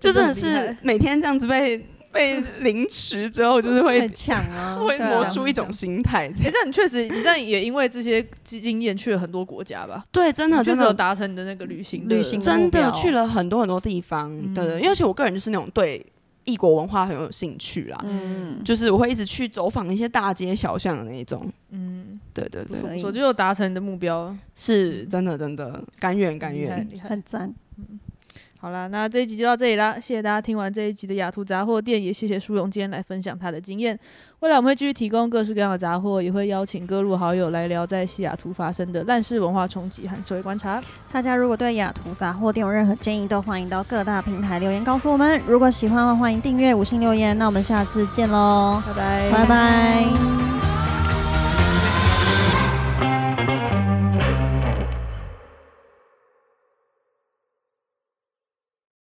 S3: 就
S2: 真
S3: 真
S2: 的
S3: 的
S2: 很厉
S3: 是每天这样子被被凌迟之后，就是会
S1: 很强啊，
S3: 会
S1: 对啊
S3: 磨出一种心态。这
S2: 哎、
S3: 样
S2: 但你确实，你这样也因为这些经经验去了很多国家吧？
S3: 对，真的
S2: 你确
S3: 真
S2: 实有
S3: 的
S2: 达成你的那个旅行
S1: 旅
S2: 的
S1: 行
S3: 真
S1: 目标
S3: 的去了很多很多地方。对对，因为而且我个人就是那种对异国文化很有兴趣啦，
S1: 嗯，
S3: 就是我会一直去走访一些大街小巷的那一种。
S2: 嗯，
S3: 对对
S2: 不
S3: 对
S2: 错，
S1: 可
S2: 不
S1: 以
S2: 错，就有达成你的目标，
S3: 是真的真的，甘愿甘
S2: 厉害
S3: 愿。
S2: 厉害。
S1: 很赞。
S2: 好啦，那这一集就到这里啦，谢谢大家听完这一集的雅图杂货店，也谢谢舒荣今天来分享他的经验。未来我们会继续提供各式各样的杂货，也会邀请各路好友来聊在西雅图发生的烂事文化冲击和社会观察。
S1: 大家如果对雅图杂货店有任何建议，都欢迎到各大平台留言告诉我们。如果喜欢的话，欢迎订阅、五星留言。那我们下次见喽，
S2: 拜拜，
S1: 拜拜